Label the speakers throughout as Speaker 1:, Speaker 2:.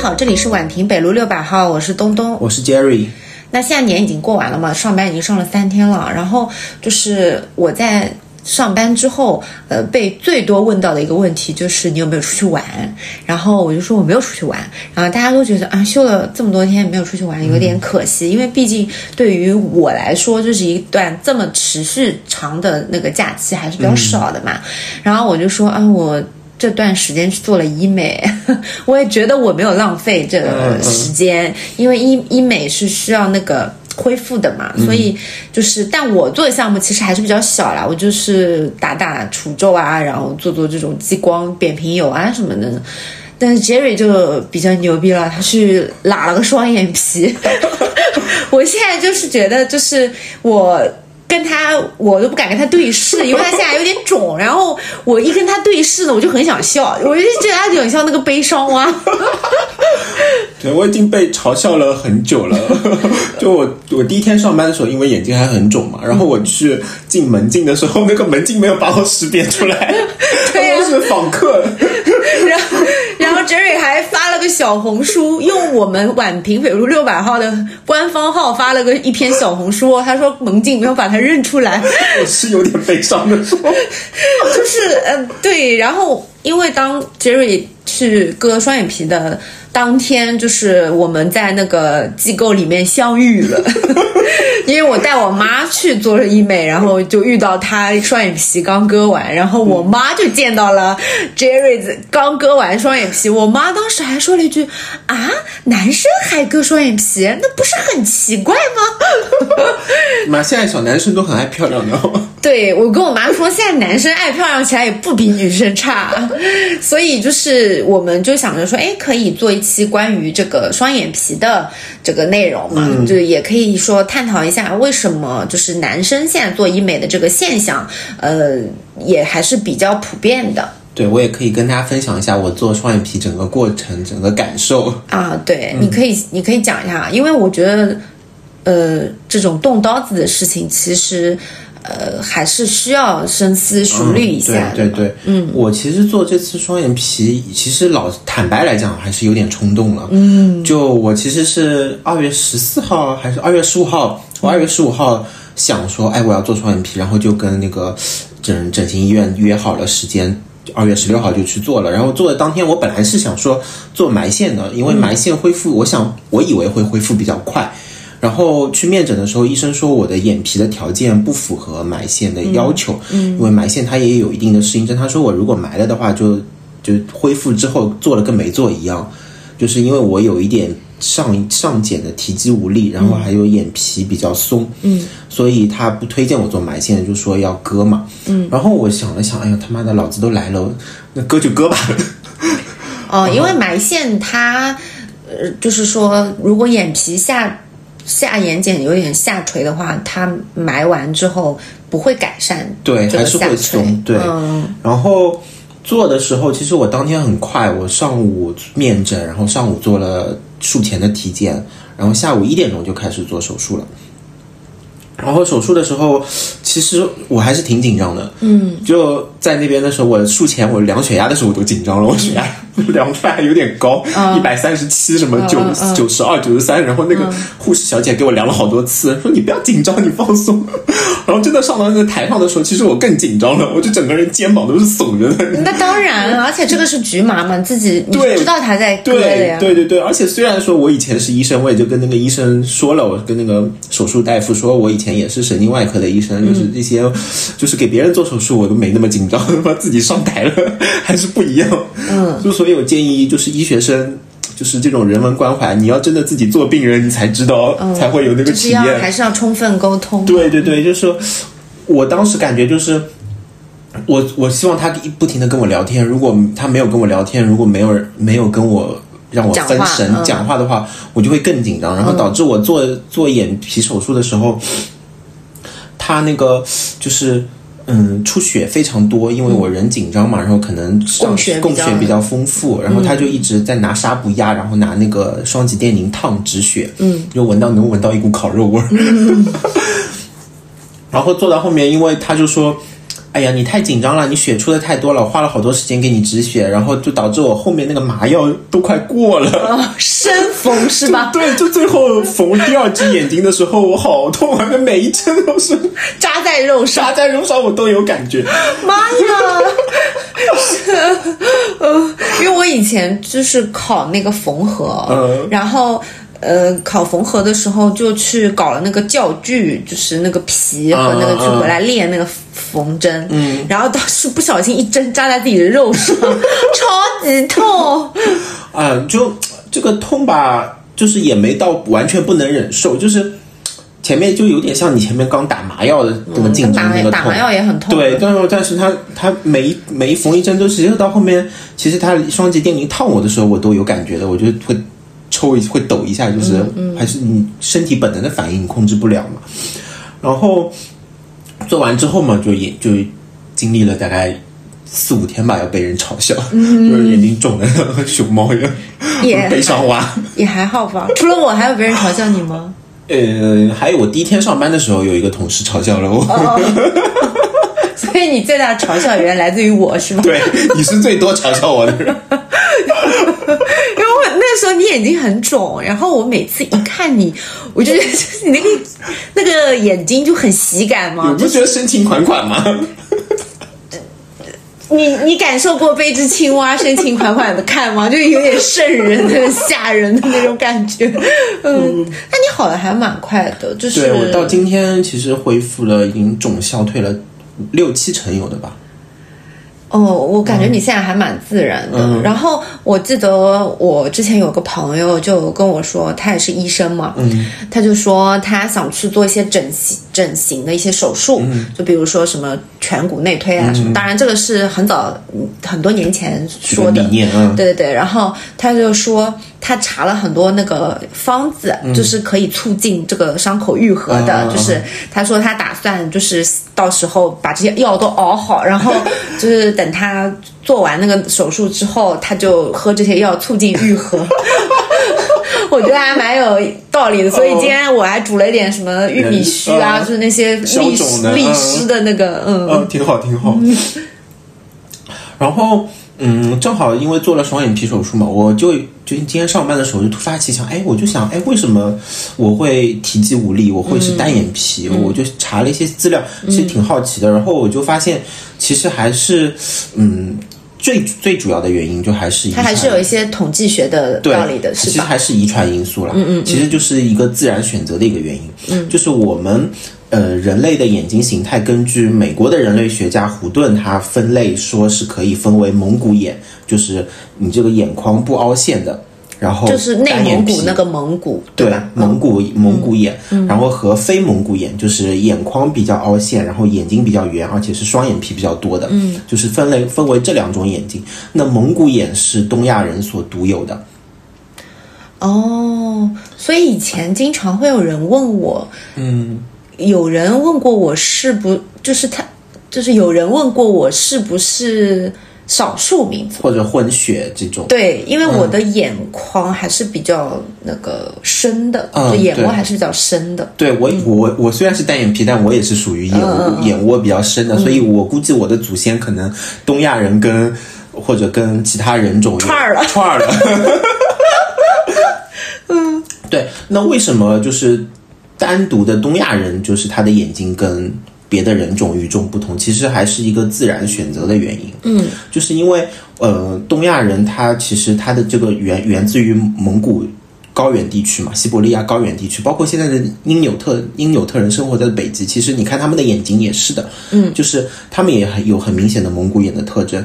Speaker 1: 好，这里是宛平北路六百号，我是东东。
Speaker 2: 我是 Jerry，
Speaker 1: 那现在年已经过完了嘛，上班已经上了三天了。然后就是我在上班之后，呃，被最多问到的一个问题就是你有没有出去玩？然后我就说我没有出去玩。然后大家都觉得啊，休了这么多天没有出去玩，有点可惜，因为毕竟对于我来说，就是一段这么持续长的那个假期还是比较少的嘛。然后我就说啊，我。这段时间去做了医美， 我也觉得我没有浪费这个时间，因为医医美是需要那个恢复的嘛，所以就是，但我做的项目其实还是比较小啦，我就是打打除皱啊，然后做做这种激光、扁平疣啊什么的。但是 Jerry 就比较牛逼了，他去拉了个双眼皮。我现在就是觉得，就是我跟他，我都不敢跟他对视，因为他现在有点肿。然后我一跟他对视呢，我就很想笑，我就觉得他很像那个悲伤蛙、
Speaker 2: 对我已经被嘲笑了很久了。 就我我第一天上班的时候，因为眼睛还很肿嘛，然后我去进门禁的时候，那个门禁没有把我识别出 来，
Speaker 1: 对呀
Speaker 2: 我是访客。
Speaker 1: 然后，然后 Jerry 还发了个小红书，用我们宛平北路六百号的官方号发了个一篇小红书，他说蒙静没有把他认出来，
Speaker 2: 我是有点悲伤的 说，
Speaker 1: 就是呃对，然后因为当 Jerry 去割双眼皮的当天，就是我们在那个机构里面相遇了， 因为我带我妈去做了医美，然后就遇到她双眼皮刚割完，然后我妈就见到了 Jerry 刚割完双眼皮，我妈当时还说了一句啊，男生还割双眼皮，那不是很奇怪吗？
Speaker 2: 妈，现在小男生都很爱漂亮的哦。
Speaker 1: 对我跟我妈说，现在男生爱漂亮起来也不比女生差， 所以就是我们就想着说，哎，可以做一期关于这个双眼皮的这个内容嘛，
Speaker 2: 嗯
Speaker 1: 就也可以说探讨一下为什么就是男生现在做医美的这个现象，呃，也还是比较普遍的。
Speaker 2: 对，我也可以跟大家分享一下我做双眼皮整个过程、整个感受。
Speaker 1: 啊，对，
Speaker 2: 嗯
Speaker 1: 你可以，你可以讲一下，因为我觉得，呃，这种动刀子的事情，其实，呃，还是需要深思熟虑一下的。
Speaker 2: 嗯对对对，嗯，我其实做这次双眼皮，其实老坦白来讲，还是有点冲动了。嗯，就我其实是二月十四号还是二月十五号，我二月十五号想说，哎，我要做双眼皮，然后就跟那个整整形医院约好了时间。二月十六号就去做了，然后做的当天，我本来是想说做埋线的，因为埋线恢复，我想我以为会恢复比较快，然后去面诊的时候，医生说我的眼皮的条件不符合埋线的要求，因为埋线它也有一定的适应症。他说我如果埋了的话就，就恢复之后做了跟没做一样，就是因为我有一点上上睑的提肌无力，然后还有眼皮比较松，嗯，所以他不推荐我做埋线，就说要割嘛，嗯，然后我想了想，哎呀他妈的，老子都来了，那割就割吧，
Speaker 1: 哦，因
Speaker 2: 嗯
Speaker 1: 为埋线它，呃，就是说，如果眼皮下下眼睑有点下垂的话，它埋完之后不会改善
Speaker 2: 对，
Speaker 1: 这
Speaker 2: 还
Speaker 1: 个
Speaker 2: 是
Speaker 1: 下
Speaker 2: 会
Speaker 1: 垂嗯
Speaker 2: 松，。对，然后做的时候，其实我当天很快，我上午面诊，然后上午做了术前的体检，然后下午一点钟就开始做手术了。然后手术的时候，其实我还是挺紧张的。嗯，就在那边的时候，我术前我量血压的时候我都紧张了，我血压 量出来有点高，
Speaker 1: 嗯
Speaker 2: 一百三十七什么九九十二九十三，然后那个护士小姐给我量了好多次，说你不要紧张，你放松。然后真的上到那个台上的时候，其实我更紧张了，我就整个人肩膀都是耸着 的。
Speaker 1: 那当然，嗯而且这个是局麻嘛，自己你
Speaker 2: 对
Speaker 1: 知道它在割的
Speaker 2: 对
Speaker 1: 呀。
Speaker 2: 对对对，而且虽然说我以前是医生，我也就跟那个医生说了，我跟那个手术大夫说，我以前也是神经外科的医生，
Speaker 1: 嗯
Speaker 2: 就是这些，就是给别人做手术我都没那么紧张，他妈自己上台了 还是不一样。嗯，就所以我建议就是医学生。就是这种人文关怀，你要真的自己做病人，你才知道，才会有那个
Speaker 1: 嗯就是
Speaker 2: 体
Speaker 1: 要
Speaker 2: 验。
Speaker 1: 还是要充分沟通。
Speaker 2: 对对对，就是我当时感觉就是。我我希望他不停的跟我聊天，如果他没有跟我聊天，如果没有没有跟我让我
Speaker 1: 讲话
Speaker 2: 分神
Speaker 1: 嗯
Speaker 2: 讲话的话，我就会更紧张，然后导致我做、做眼皮手术的时候，他那个就是嗯出血非常多，因为我人紧张嘛，然后可能上
Speaker 1: 嗯供血比较嗯
Speaker 2: 供血比较丰富，然后他就一直在拿纱布压，然后拿那个双极电凝烫止血，嗯，就闻到能 闻到一股烤肉味儿，然后做到后面，因为他就说哎呀，你太紧张了，你血出的太多了，我花了好多时间给你止血，然后就导致我后面那个麻药都快过了。
Speaker 1: 哦， 生缝是吧？
Speaker 2: 对，就最后缝第二只眼睛的时候，我好痛啊！那每一针都是
Speaker 1: 扎在肉上，
Speaker 2: 扎在肉上，我都有感觉。
Speaker 1: 妈呀！ 是，呃，因为我以前就是考那个缝合，
Speaker 2: 嗯
Speaker 1: 然后。呃，考缝合的时候就去搞了那个教具，就是那个皮和那个
Speaker 2: 嗯嗯
Speaker 1: 去回来练那个缝针，嗯，然后当时不小心一针扎在自己的肉上，超级痛，
Speaker 2: 嗯，就这个痛吧，就是也没到完全不能忍受，就是前面就有点像你前面刚打麻药的那个竞
Speaker 1: 嗯
Speaker 2: 争
Speaker 1: 打
Speaker 2: 那个
Speaker 1: 打
Speaker 2: 痛。
Speaker 1: 麻药也很痛，
Speaker 2: 对，但是但是他他每一每一缝一针都是，直接到后面，其实他双极电流烫我的时候，我都有感觉的，我就会抽一会抖一下，就是、
Speaker 1: 嗯
Speaker 2: 还是你身体本能的反应，你控制不了嘛。然后做完之后嘛，就也就经历了大概四五天吧，要被人嘲笑，就是眼睛肿的和熊猫一样，
Speaker 1: 嗯也
Speaker 2: 悲伤蛙。
Speaker 1: 也还好吧。除了我，还有别人嘲笑你吗？
Speaker 2: 呃，还有我第一天上班的时候，有一个同事嘲笑了我。
Speaker 1: 哦所以你最大的嘲笑源来自于我是吗？
Speaker 2: 对，你是最多嘲笑我的 人。
Speaker 1: 因为我那时候你眼睛很肿，然后我每次一看你，我就觉得就是你那个那个眼睛就很喜感
Speaker 2: 你
Speaker 1: 嘛。
Speaker 2: 不觉得深情款款吗？
Speaker 1: 你你感受过被一只青蛙深情款款的看吗？就有点瘆人 的、吓人的那种感觉。嗯，那你好的还蛮快的，就是
Speaker 2: 对我到今天其实恢复了，已经肿消退了六七成有的吧。
Speaker 1: 哦，我感觉
Speaker 2: 嗯
Speaker 1: 你现在还蛮自然的。然后我记得我之前有个朋友就跟我说，他也是医生嘛，
Speaker 2: 嗯
Speaker 1: 他就说他想去做一些整形整形的一些手术，
Speaker 2: 嗯
Speaker 1: 就比如说什么颧骨内推啊什么。当然，这个是很早嗯很多年前说的
Speaker 2: 理念嗯
Speaker 1: 对对对。然后他就说他查了很多那个方子，
Speaker 2: 嗯
Speaker 1: 就是可以促进这个伤口愈合的，
Speaker 2: 啊
Speaker 1: 就是他说他打算就是到时候把这些药都熬好，然 后就是等他做完那个手术之后，他就喝这些药促进愈 合。我觉得还蛮有道理的，所以今天我还煮了一点什么玉米须啊，
Speaker 2: 嗯
Speaker 1: 就是那些利
Speaker 2: 消
Speaker 1: 湿
Speaker 2: 肿的
Speaker 1: 利
Speaker 2: 嗯
Speaker 1: 湿的那个，嗯，
Speaker 2: 嗯，挺好，挺好。然后，嗯，正好因为做了双眼皮手术嘛，我就就今天上班的时候就突发奇想，哎，我就想，哎，为什么我会提肌无力，我会是单眼皮？
Speaker 1: 嗯
Speaker 2: 我就查了一些资料，其实挺好奇的。然后我就发现，其实还是，嗯，最最主要的原因就还是遗
Speaker 1: 它还是
Speaker 2: 传
Speaker 1: 有一些统计学的
Speaker 2: 对
Speaker 1: 道理的，
Speaker 2: 其
Speaker 1: 是
Speaker 2: 实
Speaker 1: 吧？
Speaker 2: 还是遗传因素啦。嗯嗯其实就是一个自然选择的一个原因。嗯，就是我们呃人类的眼睛形态，根据美国的人类学家胡顿他分类说是可以分为蒙古眼，就是你这个眼眶不凹陷的，然后
Speaker 1: 就是内
Speaker 2: 单眼
Speaker 1: 蒙
Speaker 2: 皮
Speaker 1: 古那个蒙古，
Speaker 2: 对
Speaker 1: 吧？嗯
Speaker 2: 蒙古蒙古眼，然后和非蒙古眼就是眼眶比较凹陷，然后眼睛比较圆，而且是双眼皮比较多的，嗯，就是分类分为这两种眼睛。那蒙古眼是东亚人所独有的，
Speaker 1: 哦，所以以前经常会有人问我，嗯，有人问过我是不，就是他，就是有人问过我是不是少数民族。
Speaker 2: 或者混血这种。
Speaker 1: 对，因为我的眼眶还是比较那个深的，
Speaker 2: 嗯
Speaker 1: 就眼窝
Speaker 2: 对
Speaker 1: 还是比较深的。
Speaker 2: 对我我我虽然是单眼皮，但我也是属于眼
Speaker 1: 嗯
Speaker 2: 窝眼窝比较深的，所以我估计我的祖先可能东亚人跟或者跟其他人种有
Speaker 1: 串儿了
Speaker 2: 串儿了。嗯，
Speaker 1: 嗯
Speaker 2: 对，那为什么就是单独的东亚人，就是他的眼睛跟别的人种与众不同，其实还是一个自然选择的原因。嗯，就是因为呃，东亚人他其实他的这个源源自于蒙古高原地区嘛，西伯利亚高原地区，包括现在的因纽特因纽特人生活在北极，其实你看他们的眼睛也是的，嗯，就是他们也很有很明显的蒙古眼的特征，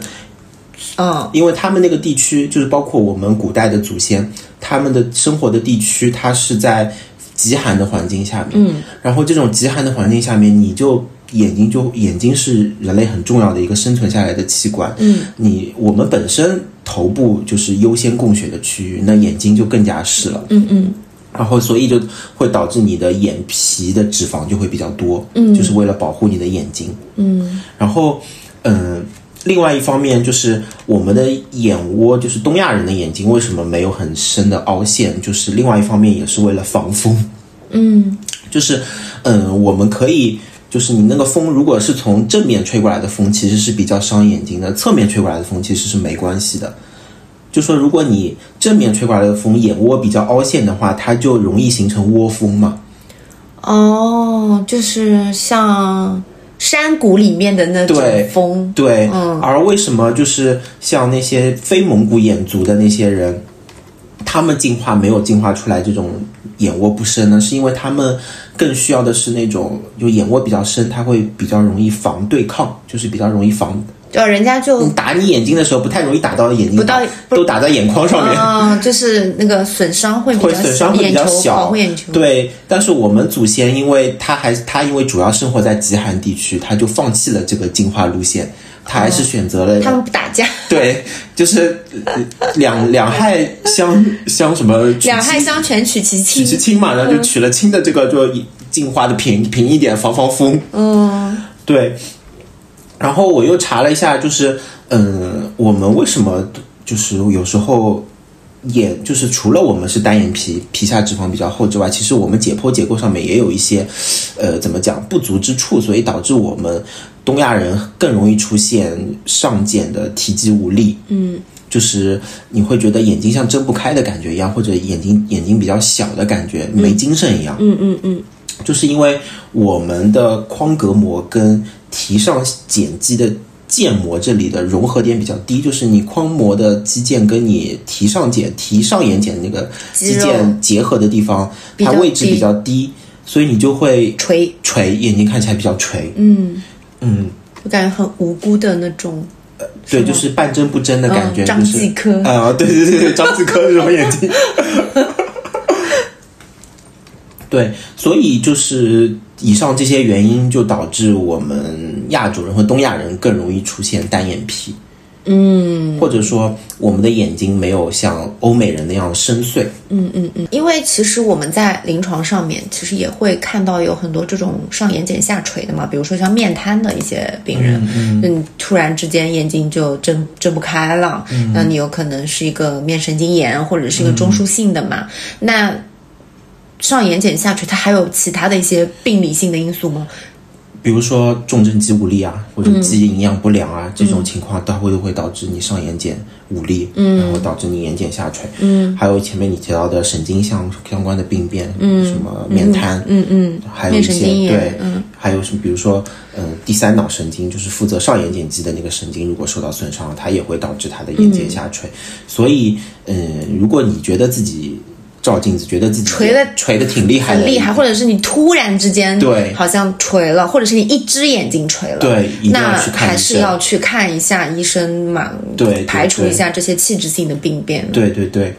Speaker 1: 嗯，
Speaker 2: 因为他们那个地区，就是包括我们古代的祖先，他们的生活的地区，它是在极寒的环境下面。嗯，然后这种极寒的环境下面，你就眼睛就眼睛是人类很重要的一个生存下来的器官。嗯，你我们本身头部就是优先供血的区域，那眼睛就更加是了。嗯嗯。然后，所以就会导致你的眼皮的脂肪就会比较多，嗯，就是为了保护你的眼睛，嗯。然后，嗯，另外一方面就是我们的眼窝，就是东亚人的眼睛为什么没有很深的凹陷，就是呃另外一方面也是为了防风。嗯，就是嗯，我们可以就是你那个风如果是从正面吹过来的风，其实是比较伤眼睛的；侧面吹过来的风其实是没关系的。就说如果你正面吹过来的风眼窝比较凹陷的话，它就容易形成窝风嘛。
Speaker 1: 哦，就是像山谷里面的那种
Speaker 2: 对
Speaker 1: 风，
Speaker 2: 对，
Speaker 1: 嗯
Speaker 2: 而为什么就是像那些非蒙古眼族的那些人，他们进化没有进化出来这种眼窝不深呢？是因为他们更需要的是那种就眼窝比较深，它会比较容易防对抗，就是比较容易防
Speaker 1: 就人家就
Speaker 2: 你打你眼睛的时候不太容易打到眼睛，
Speaker 1: 不到不
Speaker 2: 都打在眼眶 上面。
Speaker 1: 啊、就是那个损伤会比较
Speaker 2: 会损伤会比较
Speaker 1: 眼球
Speaker 2: 小
Speaker 1: 保护眼球。
Speaker 2: 对，但是我们祖先因为他还他因为主要生活在极寒地区，他就放弃了这个进化路线，他还是选择了
Speaker 1: 哦他们不打架，
Speaker 2: 对，就是呃两两害相相什么取
Speaker 1: 两害
Speaker 2: 其
Speaker 1: 相权取其
Speaker 2: 取其
Speaker 1: 轻。
Speaker 2: 轻嘛，然后就取了轻的这个就进化的平平一点，防防风。嗯，对。然后我又查了一下，就是嗯，我们为什么就是有时候眼就是除了我们是单眼皮皮下脂肪比较厚之外，其实我们解剖结构上面也有一些呃怎么讲不足之处，所以导致我们东亚人更容易出现上睑的提肌无力。嗯。就是你会觉得眼睛像睁不开的感觉一样，或者眼睛眼睛比较小的感觉，没精神一样。
Speaker 1: 嗯嗯嗯，
Speaker 2: 就是因为我们的眶隔膜跟提上睑肌的腱膜这里的融合点比较低，就是你眶膜的肌腱跟你提上睑、提上眼睑那个
Speaker 1: 肌
Speaker 2: 肌
Speaker 1: 肉
Speaker 2: 腱结合的地方，
Speaker 1: 比较
Speaker 2: 它位置
Speaker 1: 低
Speaker 2: 比较低，所以你就会
Speaker 1: 锤，
Speaker 2: 垂，眼睛看起来比较垂。
Speaker 1: 我感觉很无辜的那种。
Speaker 2: 对，就是半睁不睁的感觉，
Speaker 1: 嗯张
Speaker 2: 就是
Speaker 1: 继科
Speaker 2: 啊、对对对对，张继科这种眼睛， 对，所以就是以上这些原因，就导致我们亚洲人和东亚人更容易出现单眼皮，嗯，或者说我们的眼睛没有像欧美人那样深邃，
Speaker 1: 嗯因为其实我们在临床上面，其实也会看到有很多这种上眼睑下垂的嘛，比如说像面瘫的一些病人，嗯，突然之间眼睛就睁睁不开了，
Speaker 2: 嗯
Speaker 1: 那你有可能是一个面神经炎或者是一个中枢性的
Speaker 2: 嗯
Speaker 1: 嘛，那。上眼睑下垂，它还有其他的一些病理性的因素吗？
Speaker 2: 比如说重症肌无力
Speaker 1: 嗯
Speaker 2: 啊，或者肌营养不良啊、这种情况，它会会导致你上眼睑无力，嗯，然后导致你眼睑下垂，嗯，还有前面你提到的神经相相关的病变，嗯，什么面瘫，嗯嗯，还有一
Speaker 1: 面神经
Speaker 2: 些
Speaker 1: 炎
Speaker 2: 对，嗯，还有什么，比如说，嗯、第三脑神经就是负责上眼睑肌的那个神经，如果受到损伤，它也会导致它的眼睑下垂，所以，嗯、如果你觉得自己照镜子，觉得自己
Speaker 1: 垂得
Speaker 2: 垂的挺厉害的，
Speaker 1: 很厉害，或者是你突然之间
Speaker 2: 对
Speaker 1: 好像垂了，或者是你一只眼睛垂了，
Speaker 2: 对一定要
Speaker 1: 那
Speaker 2: 去看医
Speaker 1: 还是
Speaker 2: 生
Speaker 1: 要去看一下医生嘛，
Speaker 2: 对对
Speaker 1: 排除
Speaker 2: 对
Speaker 1: 一下这些器质性的病变，
Speaker 2: 对对对，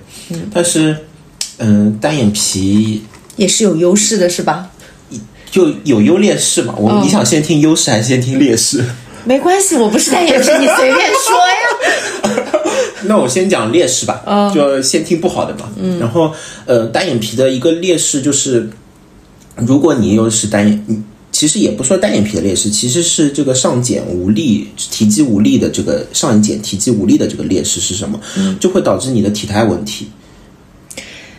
Speaker 2: 但是，嗯、单眼皮
Speaker 1: 也是有优势的，是吧？
Speaker 2: 就有优劣势嘛。我、你想先听优势还是先听劣势？
Speaker 1: 没关系，我不是单眼皮，你随便说 呀。
Speaker 2: 那我先讲劣势吧，就先听不好的嘛。嗯，然后呃，单眼皮的一个劣势就是，如果你又是单眼，嗯其实也不说单眼皮的劣势，其实是这个上睑无力、提肌无力的这个上眼睑提肌无力的这个劣势是什么？就会导致你的体态问题。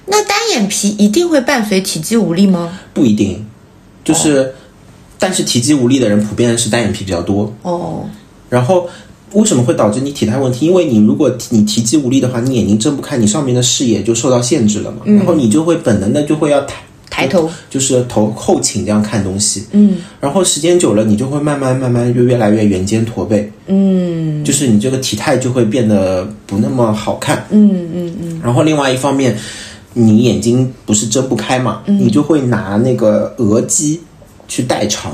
Speaker 1: 那单眼皮一定会伴随体肌无力吗？
Speaker 2: 不一定，就是，但是提肌无力的人普遍是单眼皮比较多。
Speaker 1: 哦，
Speaker 2: 然后为什么会导致你体态问题？因为你如果你提肌无力的话，你眼睛睁不开，你上面的视野就受到限制了嘛。然后你就会本能的就会要嗯
Speaker 1: 抬
Speaker 2: 抬
Speaker 1: 头，
Speaker 2: 就是头后倾这样看东西。嗯。然后时间久了，你就会慢慢慢慢就越来越圆肩驼背。嗯。就是你这个体态就会变得不那么好看。嗯嗯嗯。然后另外一方面。你眼睛不是睁不开嘛，你就会拿那个额肌去代偿，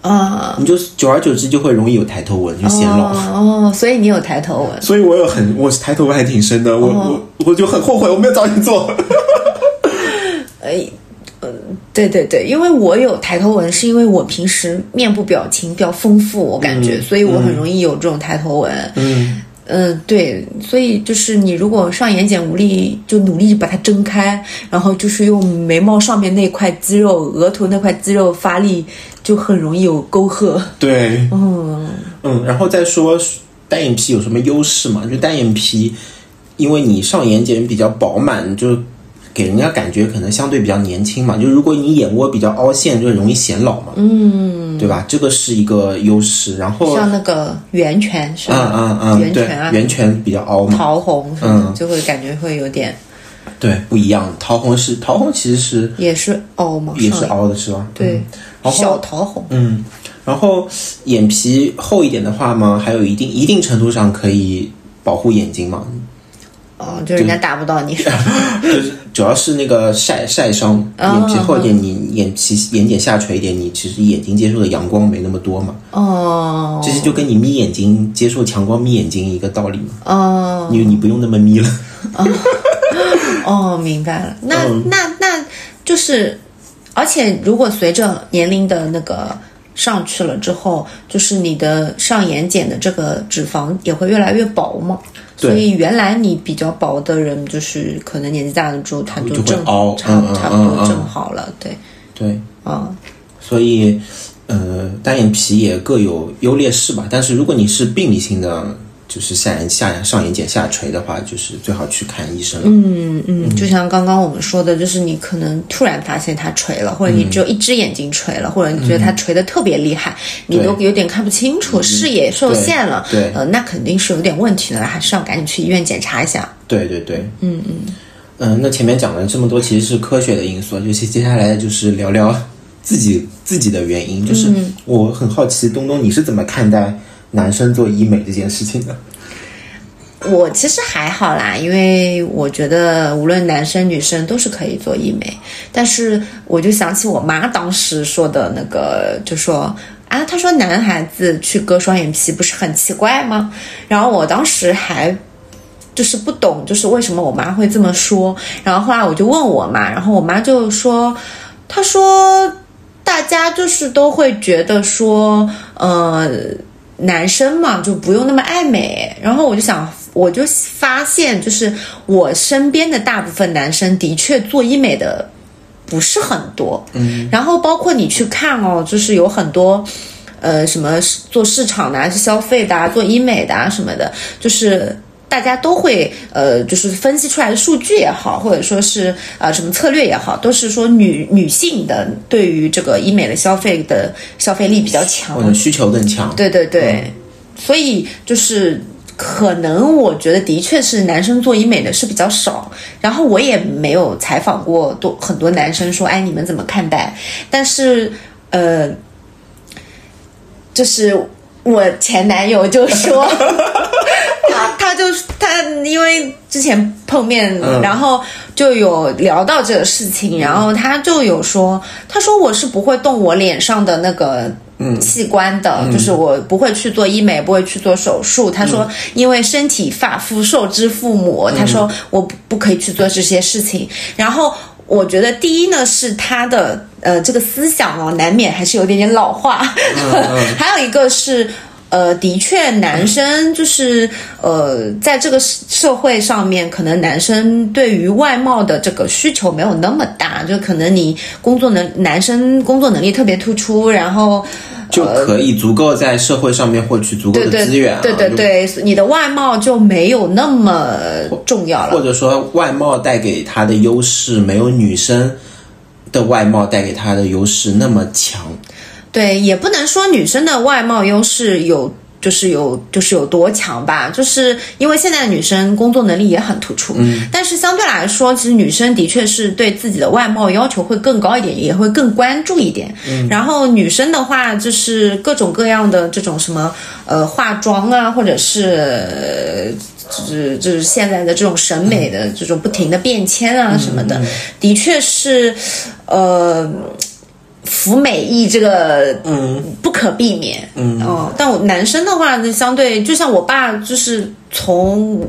Speaker 1: 啊，
Speaker 2: 你就久而久之就会容易有抬头纹，就显老。
Speaker 1: 哦，所以你有抬头纹，
Speaker 2: 所以我有很我抬头纹还挺深的，我、
Speaker 1: 哦
Speaker 2: 我我就很后悔我没有早点做。
Speaker 1: 哎。呃对对对，因为我有抬头纹，是因为我平时面部表情比较丰富，我感觉，所以我很容易有这种抬头纹。
Speaker 2: 嗯，
Speaker 1: 嗯、对，所以就是你如果上眼睑无力，就努力把它睁开，然后就是用眉毛上面那块肌肉、额头那块肌肉发力，就很容易有沟壑。
Speaker 2: 对，嗯
Speaker 1: 哦
Speaker 2: 嗯，然后再说单眼皮有什么优势嘛？就单眼皮，因为你上眼睑比较饱满，就给人家感觉可能相对比较年轻嘛，就如果你眼窝比较凹陷，就容易显老嘛，嗯，对吧？这个是一个优势。然后，
Speaker 1: 像那个源泉是
Speaker 2: 嗯
Speaker 1: 吧？
Speaker 2: 嗯嗯，
Speaker 1: 源
Speaker 2: 对
Speaker 1: 泉，啊，
Speaker 2: 圆泉比较凹嘛，
Speaker 1: 桃红什么的，就会感觉会有点，
Speaker 2: 对，不一样。桃红是桃红，其实是
Speaker 1: 也是凹嘛，
Speaker 2: 也
Speaker 1: 上
Speaker 2: 是
Speaker 1: 来，
Speaker 2: 凹的，是吧？
Speaker 1: 哦对
Speaker 2: 嗯，然后
Speaker 1: 小桃红，
Speaker 2: 嗯，然后眼皮厚一点的话嘛，还有一定一定程度上可以保护眼睛嘛，
Speaker 1: 哦，就人家打不到 你，是吧
Speaker 2: 就是主要是那个晒晒伤，
Speaker 1: 哦
Speaker 2: 眼皮厚一点，你眼皮眼睑下垂一点，你其实眼睛接触的阳光没那么多嘛，
Speaker 1: 哦
Speaker 2: 这些就跟你眯眼睛接受强光眯眼睛一个道理嘛，
Speaker 1: 哦
Speaker 2: 因为你不用那么眯了。
Speaker 1: 哦，明白了，那
Speaker 2: 嗯
Speaker 1: 那那就是，而且如果随着年龄的那个。上去了之后，就是你的上眼睑的这个脂肪也会越来越薄嘛，
Speaker 2: 对
Speaker 1: 所以原来你比较薄的人，就是可能年纪大了之后，他
Speaker 2: 就会
Speaker 1: 正
Speaker 2: 凹
Speaker 1: 差
Speaker 2: 嗯嗯
Speaker 1: 差不多
Speaker 2: 嗯嗯
Speaker 1: 正好了，对，
Speaker 2: 对，
Speaker 1: 啊、
Speaker 2: 所以呃，单眼皮也各有优劣势吧，但是如果你是病理性的。就是下眼下上眼睑下垂的话，就是最好去看医生了。
Speaker 1: 嗯，就像刚刚我们说的，就是你可能突然发现它垂了，或者你只有一只眼睛垂了，或者你觉得它垂的特别厉害，你都有点看不清楚，视野受限了，
Speaker 2: 对对
Speaker 1: 呃，那肯定是有点问题的，还是要赶紧去医院检查一下。
Speaker 2: 对对对，嗯嗯嗯，那前面讲了这么多，其实是科学的因素，啊就是接下来就是聊聊自己自己的原因，就是我很好奇，东东你是怎么看待男生做医美这件事情的？
Speaker 1: 我其实还好啦，因为我觉得无论男生女生都是可以做医美，但是我就想起我妈当时说的那个，就说啊，她说男孩子去割双眼皮不是很奇怪吗？然后我当时还。就是不懂，就是为什么我妈会这么说。然后后来我就问我妈，然后我妈就说，她说大家就是都会觉得说，呃，男生嘛，就不用那么爱美。然后我就想，我就发现，就是我身边的大部分男生的确做医美的不是很多。嗯，然后包括你去看哦，就是有很多。呃，什么市做市场的、啊、是消费的、啊、做医美的啊什么的，就是大家都会呃，就是分析出来的数据也好，或者说是呃什么策略也好，都是说女女性的对于这个医美的消费的消费力比较强
Speaker 2: 我，的需求更强，
Speaker 1: 嗯对对对，所以就是可能我觉得的确是男生做医美的是比较少，然后我也没有采访过多很多男生说，哎，你们怎么看待？但是呃，就是我前男友就说。他 他就他因为之前碰面，
Speaker 2: 嗯
Speaker 1: 然后就有聊到这个事情，然后他就有说，他说我是不会动我脸上的那个。器官的，就是我不会去做医美，不会去做手术。他说，因为身体发肤受之父母，他说我不不可以去做这些事情。然后我觉得第一呢是他的呃这个思想哦，难免还是有点点老化。 还有一个是。呃，的确，男生就是呃，在这个社社会上面，可能男生对于外貌的这个需求没有那么大，就可能你工作能男生工作能力特别突出，然后
Speaker 2: 就可以足够在社会上面获取足够
Speaker 1: 对
Speaker 2: 的
Speaker 1: 对
Speaker 2: 资源、啊，
Speaker 1: 对对
Speaker 2: 就。
Speaker 1: 对，你的外貌就没有那么重要
Speaker 2: 或
Speaker 1: 了。
Speaker 2: 者说，外貌带给他的优势没有女生的外貌带给他的优势那么强。
Speaker 1: 对，也不能说女生的外貌优势有。就是有，就是有多强吧，就是因为现在的女生工作能力也很突出，嗯、但是相对来说，其实女生的确是对自己的外貌要求会更高一点，也会更关注一点。嗯、然后女生的话，就是各种各样的这种什么呃化妆啊，或者是呃就是就是现在的这种审美的这种不停的变迁啊什么的，的确是，呃，服美役这个嗯不可避免，嗯，哦，但我男生的话，就相对就像我爸，就是从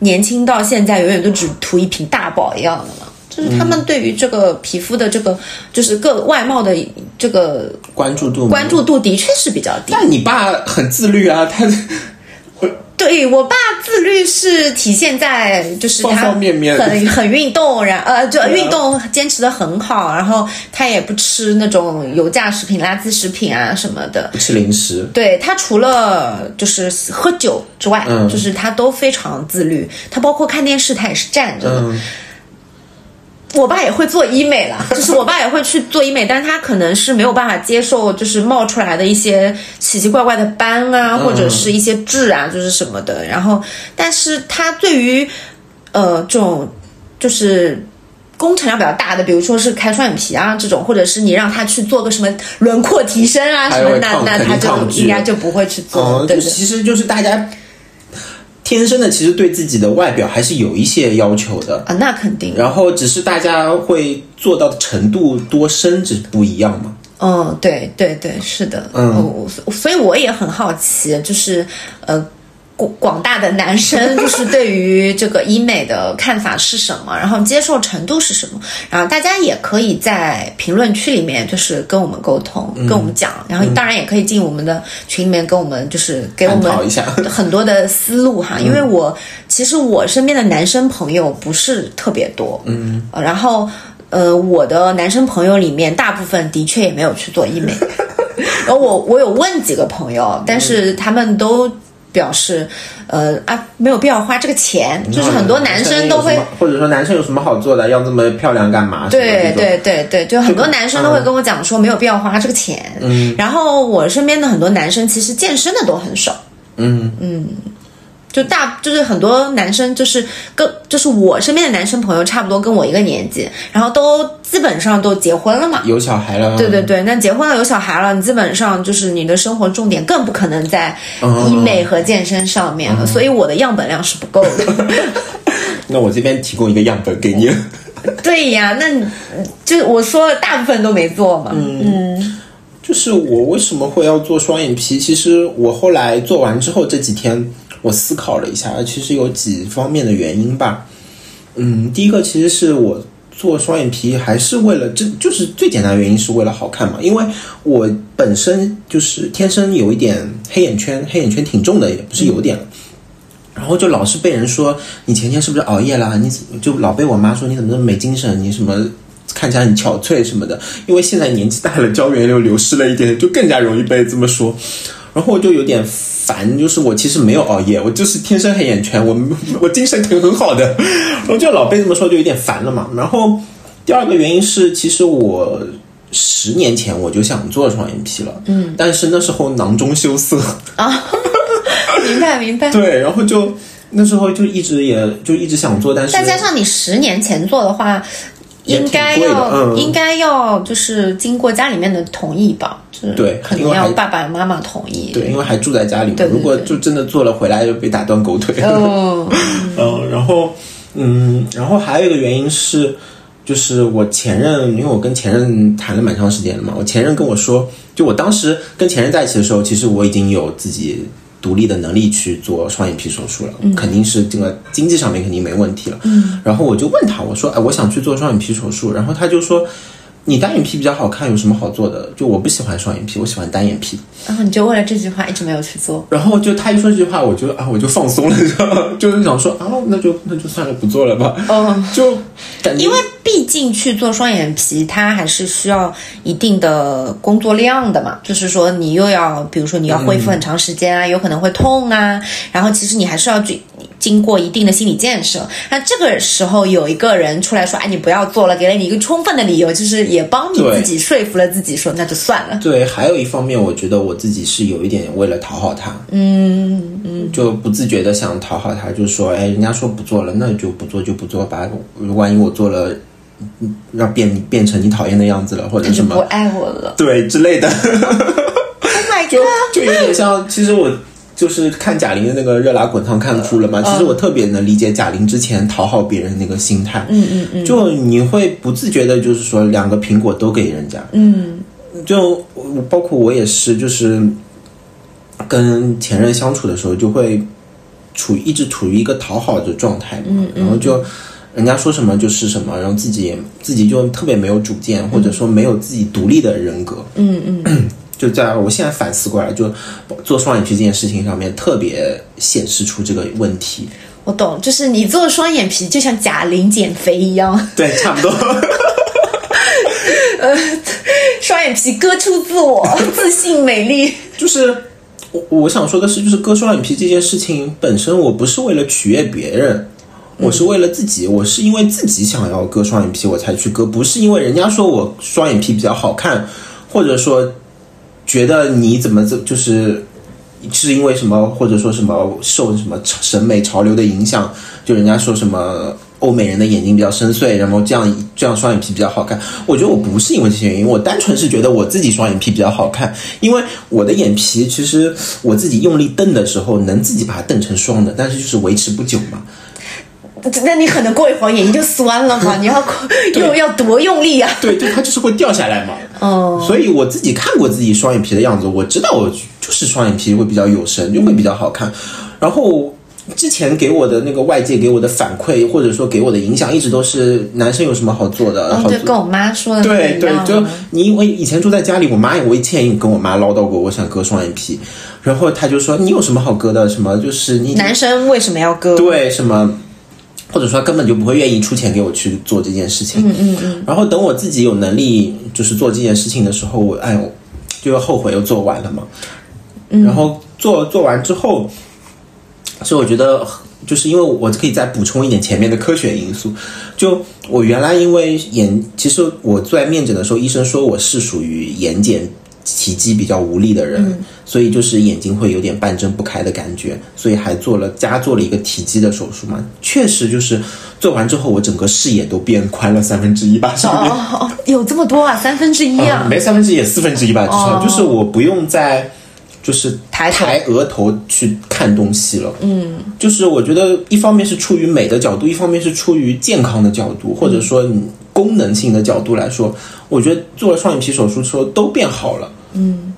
Speaker 1: 年轻到现在，永远都只图一瓶大宝一样的嘛。就是他们对于这个皮肤的这个，就是各外貌的这个
Speaker 2: 关注度没有
Speaker 1: 关注度的确是比较低。
Speaker 2: 但你爸很自律啊，他
Speaker 1: 对我爸自律是体现在就是他
Speaker 2: 方方面啊面
Speaker 1: 很很运动，然呃就运动坚持的很好，然后他也不吃那种油炸食品、垃圾食品啊什么的。
Speaker 2: 不吃零食，
Speaker 1: 对他除了就是喝酒之外，
Speaker 2: 嗯嗯
Speaker 1: 就是他都非常自律。他包括看电视，他也是站着的。我爸也会做医美啦， 就是我爸也会去做医美，但是他可能是没有办法接受，就是冒出来的一些奇奇怪怪的斑啊，
Speaker 2: 嗯
Speaker 1: 或者是一些痣啊，就是什么的。然后，但是他对于呃这种就是工程量比较大的，比如说是开双眼皮啊这种，或者是你让他去做个什么轮廓提升啊
Speaker 2: 他
Speaker 1: 什
Speaker 2: 也
Speaker 1: 么
Speaker 2: 会，
Speaker 1: 那
Speaker 2: 抗
Speaker 1: 那
Speaker 2: 肯
Speaker 1: 他
Speaker 2: 定
Speaker 1: 就
Speaker 2: 抗拒
Speaker 1: 应该就不会去做，
Speaker 2: 嗯，
Speaker 1: 对
Speaker 2: 就
Speaker 1: 不对？
Speaker 2: 其实就是大家天生的，其实对自己的外表还是有一些要求的。
Speaker 1: 啊，那肯定，
Speaker 2: 然后只是大家会做到的程度多深，只是不一样嘛。
Speaker 1: 嗯，对对对，是的，
Speaker 2: 嗯
Speaker 1: 哦我所所以我也很好奇，就是呃。广广大的男生就是对于这个医美的看法是什么，然后接受程度是什么，然后大家也可以在评论区里面就是跟我们沟通，
Speaker 2: 嗯
Speaker 1: 跟我们讲，然后当然也可以进我们的群里面跟我们就是给我
Speaker 2: 嗯探
Speaker 1: 们
Speaker 2: 讨一下嗯
Speaker 1: 很多的思路哈，因为我其实我身边的男生朋友不是特别多，嗯，然后呃，我的男生朋友里面大部分的确也没有去做 医美，然后我我有问几个朋友，但是他们都。表示，呃啊，没有必要花这个钱，就是很多男生都会
Speaker 2: 有什么，或者说男生有什么好做的，要这么漂亮干嘛？
Speaker 1: 对
Speaker 2: 什么这种
Speaker 1: 对对对，就很多男生
Speaker 2: 嗯
Speaker 1: 都会跟我讲说没有必要花这个钱。嗯，然后我身边的很多男生其实健身的都很少。
Speaker 2: 嗯
Speaker 1: 嗯，就大就是很多男生就是跟就是我身边的男生朋友差不多跟我一个年纪，然后都基本上都结婚了嘛。
Speaker 2: 有小孩了，
Speaker 1: 对对对，那结婚了有小孩了，你基本上就是你的生活重点更不可能在
Speaker 2: 嗯
Speaker 1: 医美和健身上面了，所以我的样本量是不够的。
Speaker 2: 那我这边提供一个样本给你。
Speaker 1: 对呀，那你就我说了，大部分都没做嘛。
Speaker 2: 嗯
Speaker 1: 嗯
Speaker 2: 就是我为什么会要做双眼皮？其实我后来做完之后这几天，我思考了一下，其实有几方面的原因吧。嗯，第一个其实是我做双眼皮还是为了，这就是最简单的原因是为了好看嘛。因为我本身就是天生有一点黑眼圈，黑眼圈挺重的，也不是有点了。然后就老是被人说你前天是不是熬夜啦？你怎么就老被我妈说你怎么那么没精神？你什么看起来很憔悴什么的，因为现在年纪大了，胶原又流失了一点，就更加容易被这么说。然后我就有点烦，就是我其实没有熬夜，我就是天生黑眼圈，我 我精神很很好的，我就老被这么说，就有点烦了嘛。然后第二个原因是，其实我十年前我就想做双眼皮了，嗯，但是那时候囊中羞涩，
Speaker 1: 啊 明白明白。
Speaker 2: 对，然后就那时候就一直也就一直想做，但是
Speaker 1: 再加上你十年前做的话，
Speaker 2: 也
Speaker 1: 应
Speaker 2: 挺
Speaker 1: 该
Speaker 2: 贵的
Speaker 1: 要、
Speaker 2: 嗯
Speaker 1: 应该要就是经过家里面的同意吧，就是
Speaker 2: 对
Speaker 1: 肯定
Speaker 2: 因为
Speaker 1: 要
Speaker 2: 还
Speaker 1: 爸爸妈妈同意。
Speaker 2: 对，因为还住在家里嘛，
Speaker 1: 对对
Speaker 2: 如果就真的做了回来就被打断狗腿，
Speaker 1: 哦，
Speaker 2: 嗯，然后，嗯，然后还有一个原因是，就是我前任，因为我跟前任谈了蛮长时间的嘛，我前任跟我说，就我当时跟前任在一起的时候，其实我已经有自己独立的能力去做双眼皮手术了，肯定是这个经济上面肯定没问题了。嗯，然后我就问他，我说，哎，我想去做双眼皮手术，然后他就说。你单眼皮比较好看，有什么好做的？就我不喜欢双眼皮，我喜欢单眼皮。
Speaker 1: 然后你就为了这句话一直没有去做。
Speaker 2: 然后就他一说这句话，我就啊，我就放松了，你知道吗？就是想说啊，那就那就算了，不做了吧。
Speaker 1: 哦，
Speaker 2: 就感觉
Speaker 1: 因为毕竟去做双眼皮，它还是需要一定的工作量的嘛。就是说，你又要，比如说你要恢复很长时间啊，有可能会痛啊。然后其实你还是要去经过一定的心理建设。那这个时候有一个人出来说：“哎，你不要做了”，给了你一个充分的理由，就是也帮你自
Speaker 2: 对
Speaker 1: 己说服了自己说，那就算了。
Speaker 2: 对，还有一方面，我觉得我自己是有一点为了讨好他，
Speaker 1: 嗯嗯，
Speaker 2: 就不自觉的想讨好他，就说哎，人家说不做了，那就不做就不做吧。万一我做了，嗯让变变成你讨厌的样子了，或者
Speaker 1: 他就
Speaker 2: 什
Speaker 1: 不
Speaker 2: 么
Speaker 1: 爱嗯我了。
Speaker 2: 对之类的，
Speaker 1: Oh my
Speaker 2: 就
Speaker 1: god！
Speaker 2: 就有点像，其实我。就是看贾玲的那个《热辣滚烫》看出了嘛，其实我特别能理解贾玲之前讨好别人那个心态，嗯嗯嗯，就你会不自觉的，就是说两个苹果都给人家，
Speaker 1: 嗯
Speaker 2: 就我包括我也是，就是跟前任相处的时候，就会处一直处于一个讨好的状态嘛，然后就人家说什么就是什么，然后自己也自己就特别没有主见，或者说没有自己独立的人格。
Speaker 1: 嗯嗯，
Speaker 2: 就在我现在反思过来，就做双眼皮这件事情上面，特别显示出这个问题。
Speaker 1: 我懂，就是你做双眼皮就像贾玲减肥一样。
Speaker 2: 对，差不多。
Speaker 1: 双眼皮割出自我， 自信美丽。
Speaker 2: 就是我我想说的是，就是割双眼皮这件事情本身，我不是为了取悦别人，我是为了自己，我是因为自己想要割双眼皮我才去割，不是因为人家说我双眼皮比较好看，或者说觉得你怎么这就是是因为什么，或者说什么受什么潮审美潮流的影响，就人家说什么欧美人的眼睛比较深邃，然后这样这样双眼皮比较好看。我觉得我不是因为这些原因，我单纯是觉得我自己双眼皮比较好看，因为我的眼皮其实我自己用力瞪的时候能自己把它瞪成双的，但是就是维持不久嘛。
Speaker 1: 那你可能过一会儿眼睛就酸了 嘛？你要又要多用力啊！
Speaker 2: 对，对，它就是会掉下来嘛。
Speaker 1: 哦，
Speaker 2: 所以我自己看过自己双眼皮的样子，我知道我就是双眼皮会比较有神，就会比较好看。然后之前给我的那个外界给我的反馈，或者说给我的影响，一直都是男生有什么好做的，
Speaker 1: 然
Speaker 2: 啊好
Speaker 1: 后
Speaker 2: 做
Speaker 1: 就嗯跟我妈说的
Speaker 2: 对
Speaker 1: 不一
Speaker 2: 对，
Speaker 1: 样啊
Speaker 2: 就你我以前住在家里，我妈也我以前也跟我妈唠叨过，我想割双眼皮，然后她就说你有什么好割的？什么就是你
Speaker 1: 男生为什么要割？
Speaker 2: 对什么，或者说他根本就不会愿意出钱给我去做这件事情。嗯嗯嗯。然后等我自己有能力就是做这件事情的时候，我哎，我就后悔又做完了嘛。然后做做完之后，所以我觉得就是因为我可以再补充一点前面的科学因素。就我原来因为眼，其实我做在面诊的时候，医生说我是属于眼睑奇肌比较无力的人，所以就是眼睛会有点半睁不开的感觉，所以还做了加做了一个体肌的手术嘛。确实就是做完之后，我整个视野都变宽了三分之一吧，上面。
Speaker 1: 哦，哦有这么多啊，三分之一啊！
Speaker 2: 嗯没三分之一也四分之一吧，至少、
Speaker 1: 哦
Speaker 2: 就是我不用再就是
Speaker 1: 抬头
Speaker 2: 抬额头去看东西了。嗯，就是我觉得一方面是出于美的角度，一方面是出于健康的角度，或
Speaker 1: 嗯
Speaker 2: 者说你功能性的角度来说，我觉得做了双眼皮手术之后都变好了。嗯，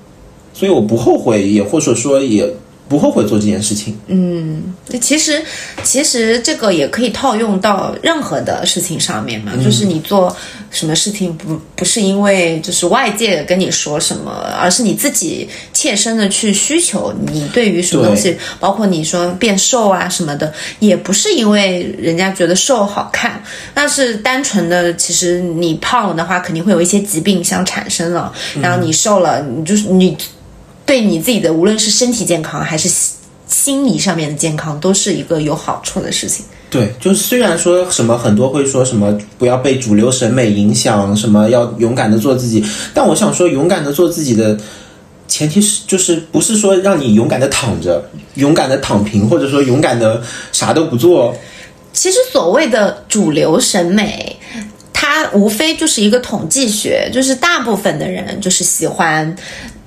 Speaker 2: 所以我不后悔，也或者说也不后悔做这件事情。
Speaker 1: 其实，其实这个也可以套用到任何的事情上面嘛，就是你做什么事情不不是因为就是外界跟你说什么，而是你自己切身的去需求，你对于什么东西，包括你说变瘦啊什么的，也不是因为人家觉得瘦好看，那是单纯的，其实你胖了的话，肯定会有一些疾病相产生了，然后你瘦了，你就是你对你自己的无论是身体健康还是心心理上面的健康，都是一个有好处的事情。
Speaker 2: 对，就是虽然说什么很多会说什么不要被主流审美影响，什么要勇敢的做自己，但我想说勇敢的做自己的前提是就是不是说让你勇敢的躺着，勇敢的躺平，或者说勇敢的啥都不做。
Speaker 1: 其实所谓的主流审美，它无非就是一个统计学，就是大部分的人就是喜欢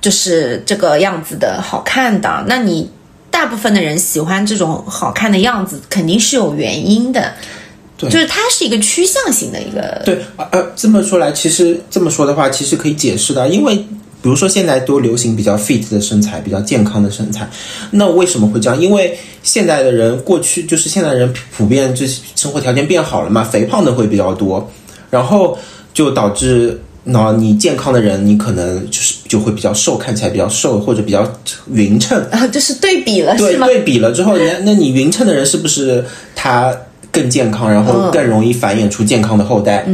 Speaker 1: 就是这个样子的好看的，那你。大部分的人喜欢这种好看的样子，肯定是有原因的，
Speaker 2: 对
Speaker 1: 就是它是一个趋向性的一个
Speaker 2: 对，呃呃，这么说来，其实这么说的话，其实可以解释的，因为比如说现在都流行比较 fit 的身材，比较健康的身材，那为什么会这样？因为现在的人过去就是现在人普遍就是生活条件变好了嘛，肥胖的会比较多，然后就导致。那你健康的人，你可能就是就会比较瘦，看起来比较瘦或者比较匀称，
Speaker 1: 啊， 就是对比了，
Speaker 2: 对
Speaker 1: 是吗？
Speaker 2: 对比了之后，人家那你匀称的人是不是他更健康，然
Speaker 1: 嗯
Speaker 2: 后更容易繁衍出健康的后代？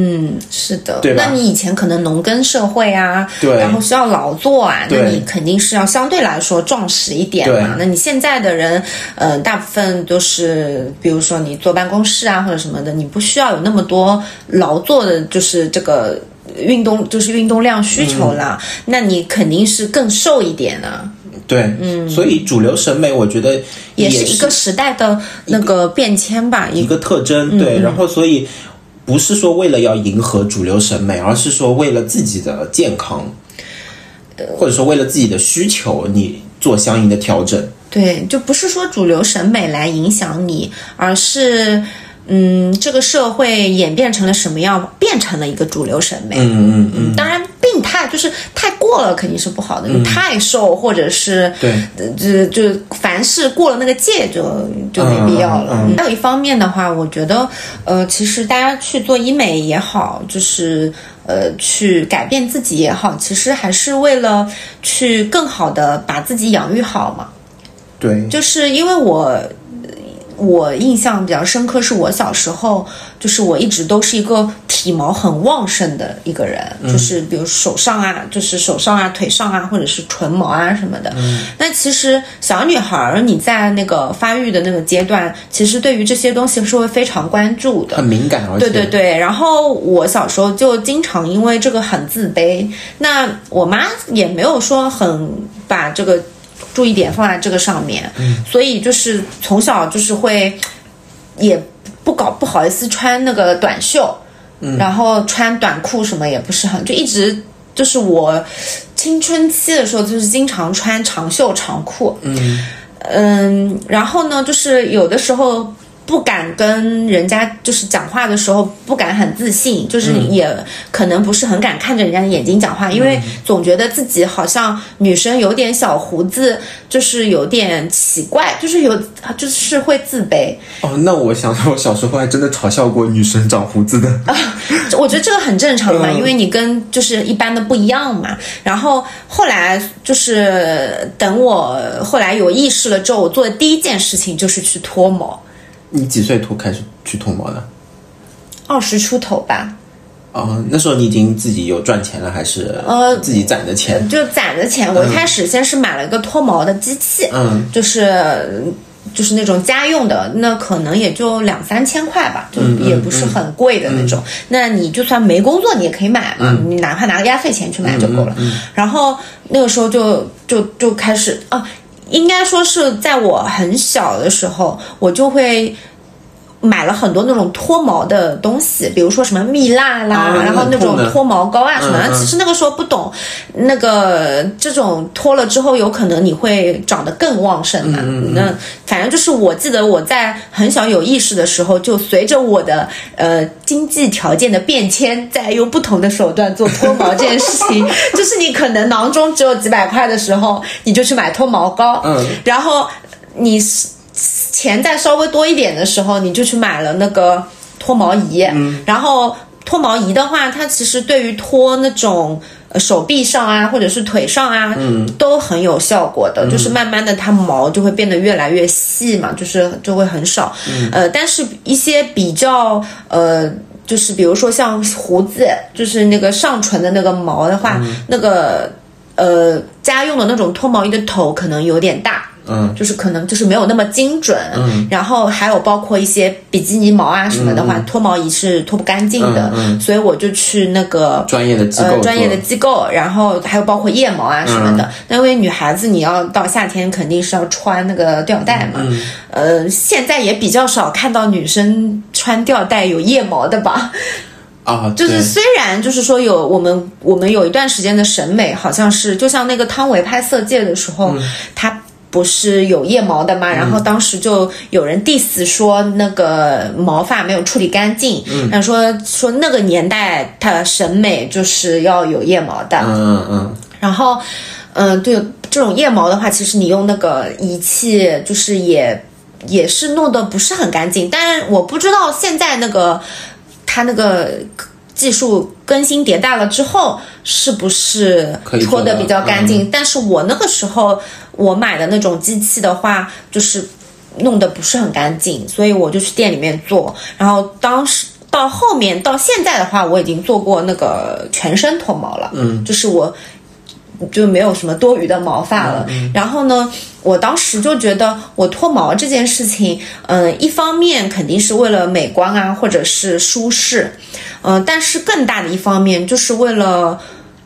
Speaker 1: 是的，
Speaker 2: 对吧
Speaker 1: 那你以前可能农耕社会啊，
Speaker 2: 对
Speaker 1: 然后需要劳作啊，那
Speaker 2: 对
Speaker 1: 你肯定是要相对来说壮实一点嘛
Speaker 2: 对。
Speaker 1: 那你现在的人，呃，大部分都是，比如说你坐办公室啊或者什么的，你不需要有那么多劳作的，就是这个运动，就是运动量需求啦。
Speaker 2: 嗯
Speaker 1: 那你肯定是更瘦一点啊，
Speaker 2: 对，嗯，所以主流审美我觉得
Speaker 1: 也
Speaker 2: 是
Speaker 1: 是一个时代的那个变迁吧，一
Speaker 2: 一
Speaker 1: 个
Speaker 2: 个特
Speaker 1: 嗯
Speaker 2: 征，对，然后所以不是说为了要迎合主流审美，而是说为了自己的健康，
Speaker 1: 呃
Speaker 2: 或者说为了自己的需求，你做相应的调整。
Speaker 1: 对，就不是说主流审美来影响你，而是，嗯，这个社会演变成了什么样，变成了一个主流审美。
Speaker 2: 嗯嗯嗯，
Speaker 1: 当然，病态就是太过了肯定是不好的，你太瘦或者是
Speaker 2: 对，
Speaker 1: 呃就就凡事过了那个界就就没必要
Speaker 2: 嗯
Speaker 1: 了。还有一方面的话，我觉得呃，其实大家去做医美也好，就是呃去改变自己也好，其实还是为了去更好的把自己养育好嘛。
Speaker 2: 对，
Speaker 1: 就是因为我。我印象比较深刻，是我小时候，就是我一直都是一个体体毛很旺盛的一个人，就是比如手上啊，就是手上啊、腿上啊，或者是唇毛啊什么的。那其实小女孩儿你在那个发育的那个阶段，其实对于这些东西是会非常关注的
Speaker 2: 很。敏感，而且
Speaker 1: 对对对，然后我小时候就经常因为这个很自卑，那我妈也没有说很把这个注意点放在这个上面，所以就是从小就是会也不搞不好意思穿那个短袖，然后穿短裤什么也不是很，就一直就是我青春期的时候就是经常穿长袖长裤，嗯然后呢，就是有的时候。不敢跟人家就是讲话的时候不敢很自信，就是也可能不是很敢看着人家的眼睛讲话，因为总觉得自己好像女生有点小胡子，就是有点奇怪，就是有就是会自卑。
Speaker 2: 哦，那我想我小时候还真的嘲笑过女生长胡子的，
Speaker 1: 我觉得这个很正常嘛，
Speaker 2: 嗯
Speaker 1: 因为你跟就是一般的不一样嘛。然后后来就是等我后来有意识了之后，我做的第一件事情就是去脱毛，
Speaker 2: 你几岁脱开始去脱毛的？
Speaker 1: 二十出头吧，
Speaker 2: 哦，那时候你已经自己有赚钱了，还是
Speaker 1: 呃
Speaker 2: 自己攒的钱？
Speaker 1: 就攒的钱。我一开始先是买了一个脱毛的机器，
Speaker 2: 嗯，
Speaker 1: 就是就是那种家用的，那可能也就两三千块吧，就
Speaker 2: 嗯
Speaker 1: 也不是很贵的那种。那你就算没工作，你也可以买嘛，
Speaker 2: 嗯
Speaker 1: 你哪怕拿个压岁钱去买就够了。然后那个时候就就就开始啊，应该说是在我很小的时候，我就会。买了很多那种脱毛的东西，比如说什么蜜蜡啦，
Speaker 2: 啊
Speaker 1: 然后那种
Speaker 2: 那种的
Speaker 1: 脱毛膏啊什么的。
Speaker 2: 嗯嗯
Speaker 1: 其实那个时候不懂，那个这种脱了之后，有可能你会长得更旺盛嘛。那反正就是，我记得我在很小有意识的时候，就随着我的呃经济条件的变迁，在用不同的手段做脱毛这件事情。就是你可能囊中只有几百块的时候，你就去买脱毛膏，
Speaker 2: 嗯
Speaker 1: 然后你是钱再稍微多一点的时候，你就去买了那个脱毛仪。然后脱毛仪的话，它其实对于脱那种呃手臂上啊，或者是腿上啊，
Speaker 2: 嗯
Speaker 1: 都很有效果的。就是慢慢的，它毛就会变得越来越细嘛，就是就会很少。
Speaker 2: 嗯
Speaker 1: 呃，但是一些比较呃。就是比如说像胡子，就是那个上唇的那个毛的话，
Speaker 2: 嗯
Speaker 1: 那个呃家用的那种脱毛仪的头可能有点大，
Speaker 2: 嗯，
Speaker 1: 就是可能就是没有那么精准，然后还有包括一些比基尼毛啊什么的话，脱毛仪是脱不干净的，
Speaker 2: 嗯
Speaker 1: 所以我就去那个
Speaker 2: 专业的机构做嗯
Speaker 1: 呃，专业的机构，然后还有包括腋毛啊什么的。那因为女孩子你要到夏天肯定是要穿那个吊带嘛，
Speaker 2: 嗯
Speaker 1: 呃，现在也比较少看到女生穿吊带有腋毛的吧。
Speaker 2: 啊，
Speaker 1: 就是
Speaker 2: 对
Speaker 1: 虽然就是说有我们我们有一段时间的审美好像是就像那个汤唯拍《色戒》的时
Speaker 2: 嗯
Speaker 1: 候，她不是有腋毛的嘛，然后当时就有人 diss 说那个毛发没有处理干净，
Speaker 2: 嗯
Speaker 1: 然后说说那个年代她的审美就是要有腋毛的，
Speaker 2: 嗯嗯
Speaker 1: 然后，嗯、对这种腋毛的话，其实你用那个仪器，就是也也是弄得不是很干净。但是我不知道现在那个它那个技术更新迭代了之后，是不是
Speaker 2: 可以做
Speaker 1: 搓的
Speaker 2: 到
Speaker 1: 比较干净？但是我那个时候我买的那种机器的话，就是弄得不是很干净，所以我就去店里面做。然后当时到后面到现在的话，我已经做过那个全身脱毛了，嗯，就是我就没有什么多余的毛发了。然后呢，我当时就觉得我脱毛这件事情，嗯、一方面肯定是为了美观啊，或者是舒适，嗯、但是更大的一方面就是为了。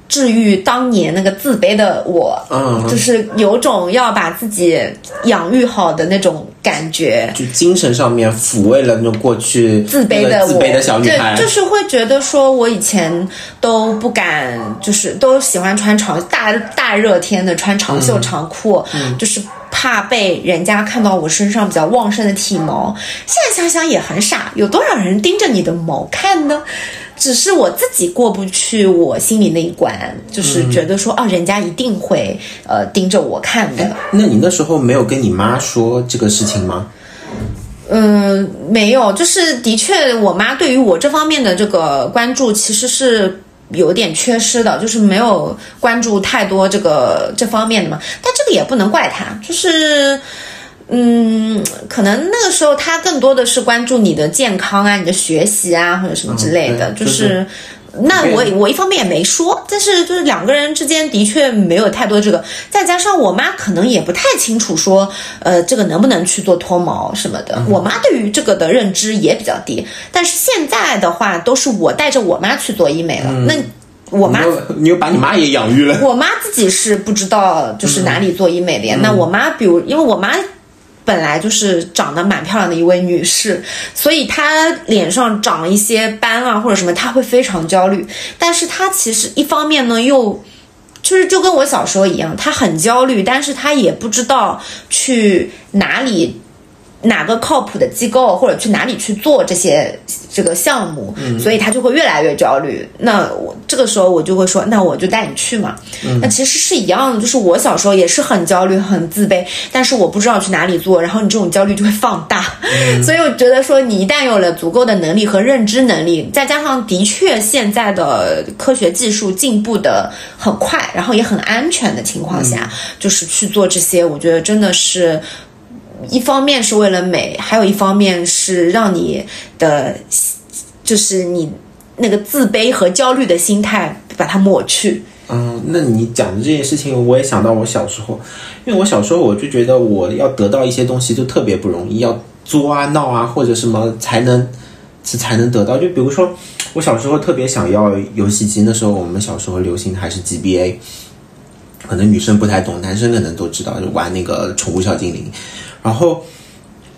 Speaker 1: 治愈当年那个自卑的我，
Speaker 2: 嗯嗯
Speaker 1: 就是有种要把自己养育好的那种感觉，
Speaker 2: 就精神上面抚慰了那种过去
Speaker 1: 自卑
Speaker 2: 那
Speaker 1: 的
Speaker 2: 个
Speaker 1: 我，
Speaker 2: 自卑的小女孩，
Speaker 1: 对，就是会觉得说我以前都不敢，就是都喜欢穿长大大热天的穿长袖长裤，
Speaker 2: 嗯
Speaker 1: 就是怕被人家看到我身上比较旺盛的体毛。现在想想也很傻，有多少人盯着你的毛看呢？只是我自己过不去我心里那一关，
Speaker 2: 嗯
Speaker 1: 就是觉得说、啊，人家一定会呃盯着我看的。
Speaker 2: 那你那时候没有跟你妈说这个事情吗？
Speaker 1: 嗯，没有，就是的确，我妈对于我这方面的这个关注其实是有点缺失的，就是没有关注太多这个这方面的嘛。但这个也不能怪她，就是嗯，可能那个时候他更多的是关注你的健康啊、你的学习啊或者什么之类的，
Speaker 2: 嗯对
Speaker 1: 就。
Speaker 2: 就是
Speaker 1: 那我我一方面也没说，但是就是两个人之间的确没有太多这个，再加上我妈可能也不太清楚说，呃，这个能不能去做脱毛什么的。我妈对于这个的认知也比较低，但是现在的话都是我带着我妈去做医美了。那我妈
Speaker 2: 你又你又把你妈也养育了，
Speaker 1: 我妈自己是不知道就是哪里做医美的呀。那我妈，比如因为我妈。本来就是长得蛮漂亮的一位女士，所以她脸上长一些斑啊或者什么，她会非常焦虑。但是她其实一方面呢又就是就跟我小时候一样，她很焦虑，但是她也不知道去哪里哪个靠谱的机构或者去哪里去做这些这个项目，所以他就会越来越焦虑。那我这个时候我就会说，那我就带你去嘛。那其实是一样的，就是我小时候也是很焦虑、很自卑，但是我不知道去哪里做，然后你这种焦虑就会放大。所以我觉得说，你一旦有了足够的能力和认知能力，再加上的确现在的科学技术进步的很快，然后也很安全的情况下，就是去做这些，我觉得真的是。一方面是为了美，还有一方面是让你的，就是你那个自卑和焦虑的心态把它抹去。
Speaker 2: 嗯，那你讲的这件事情，我也想到我小时候，因为我小时候我就觉得我要得到一些东西就特别不容易，要作啊闹啊或者什么才能才能得到。就比如说我小时候特别想要游戏机，那时候我们小时候流行的还是 GBA，可能女生不太懂，男生可能都知道，就玩那个宠物小精灵。然后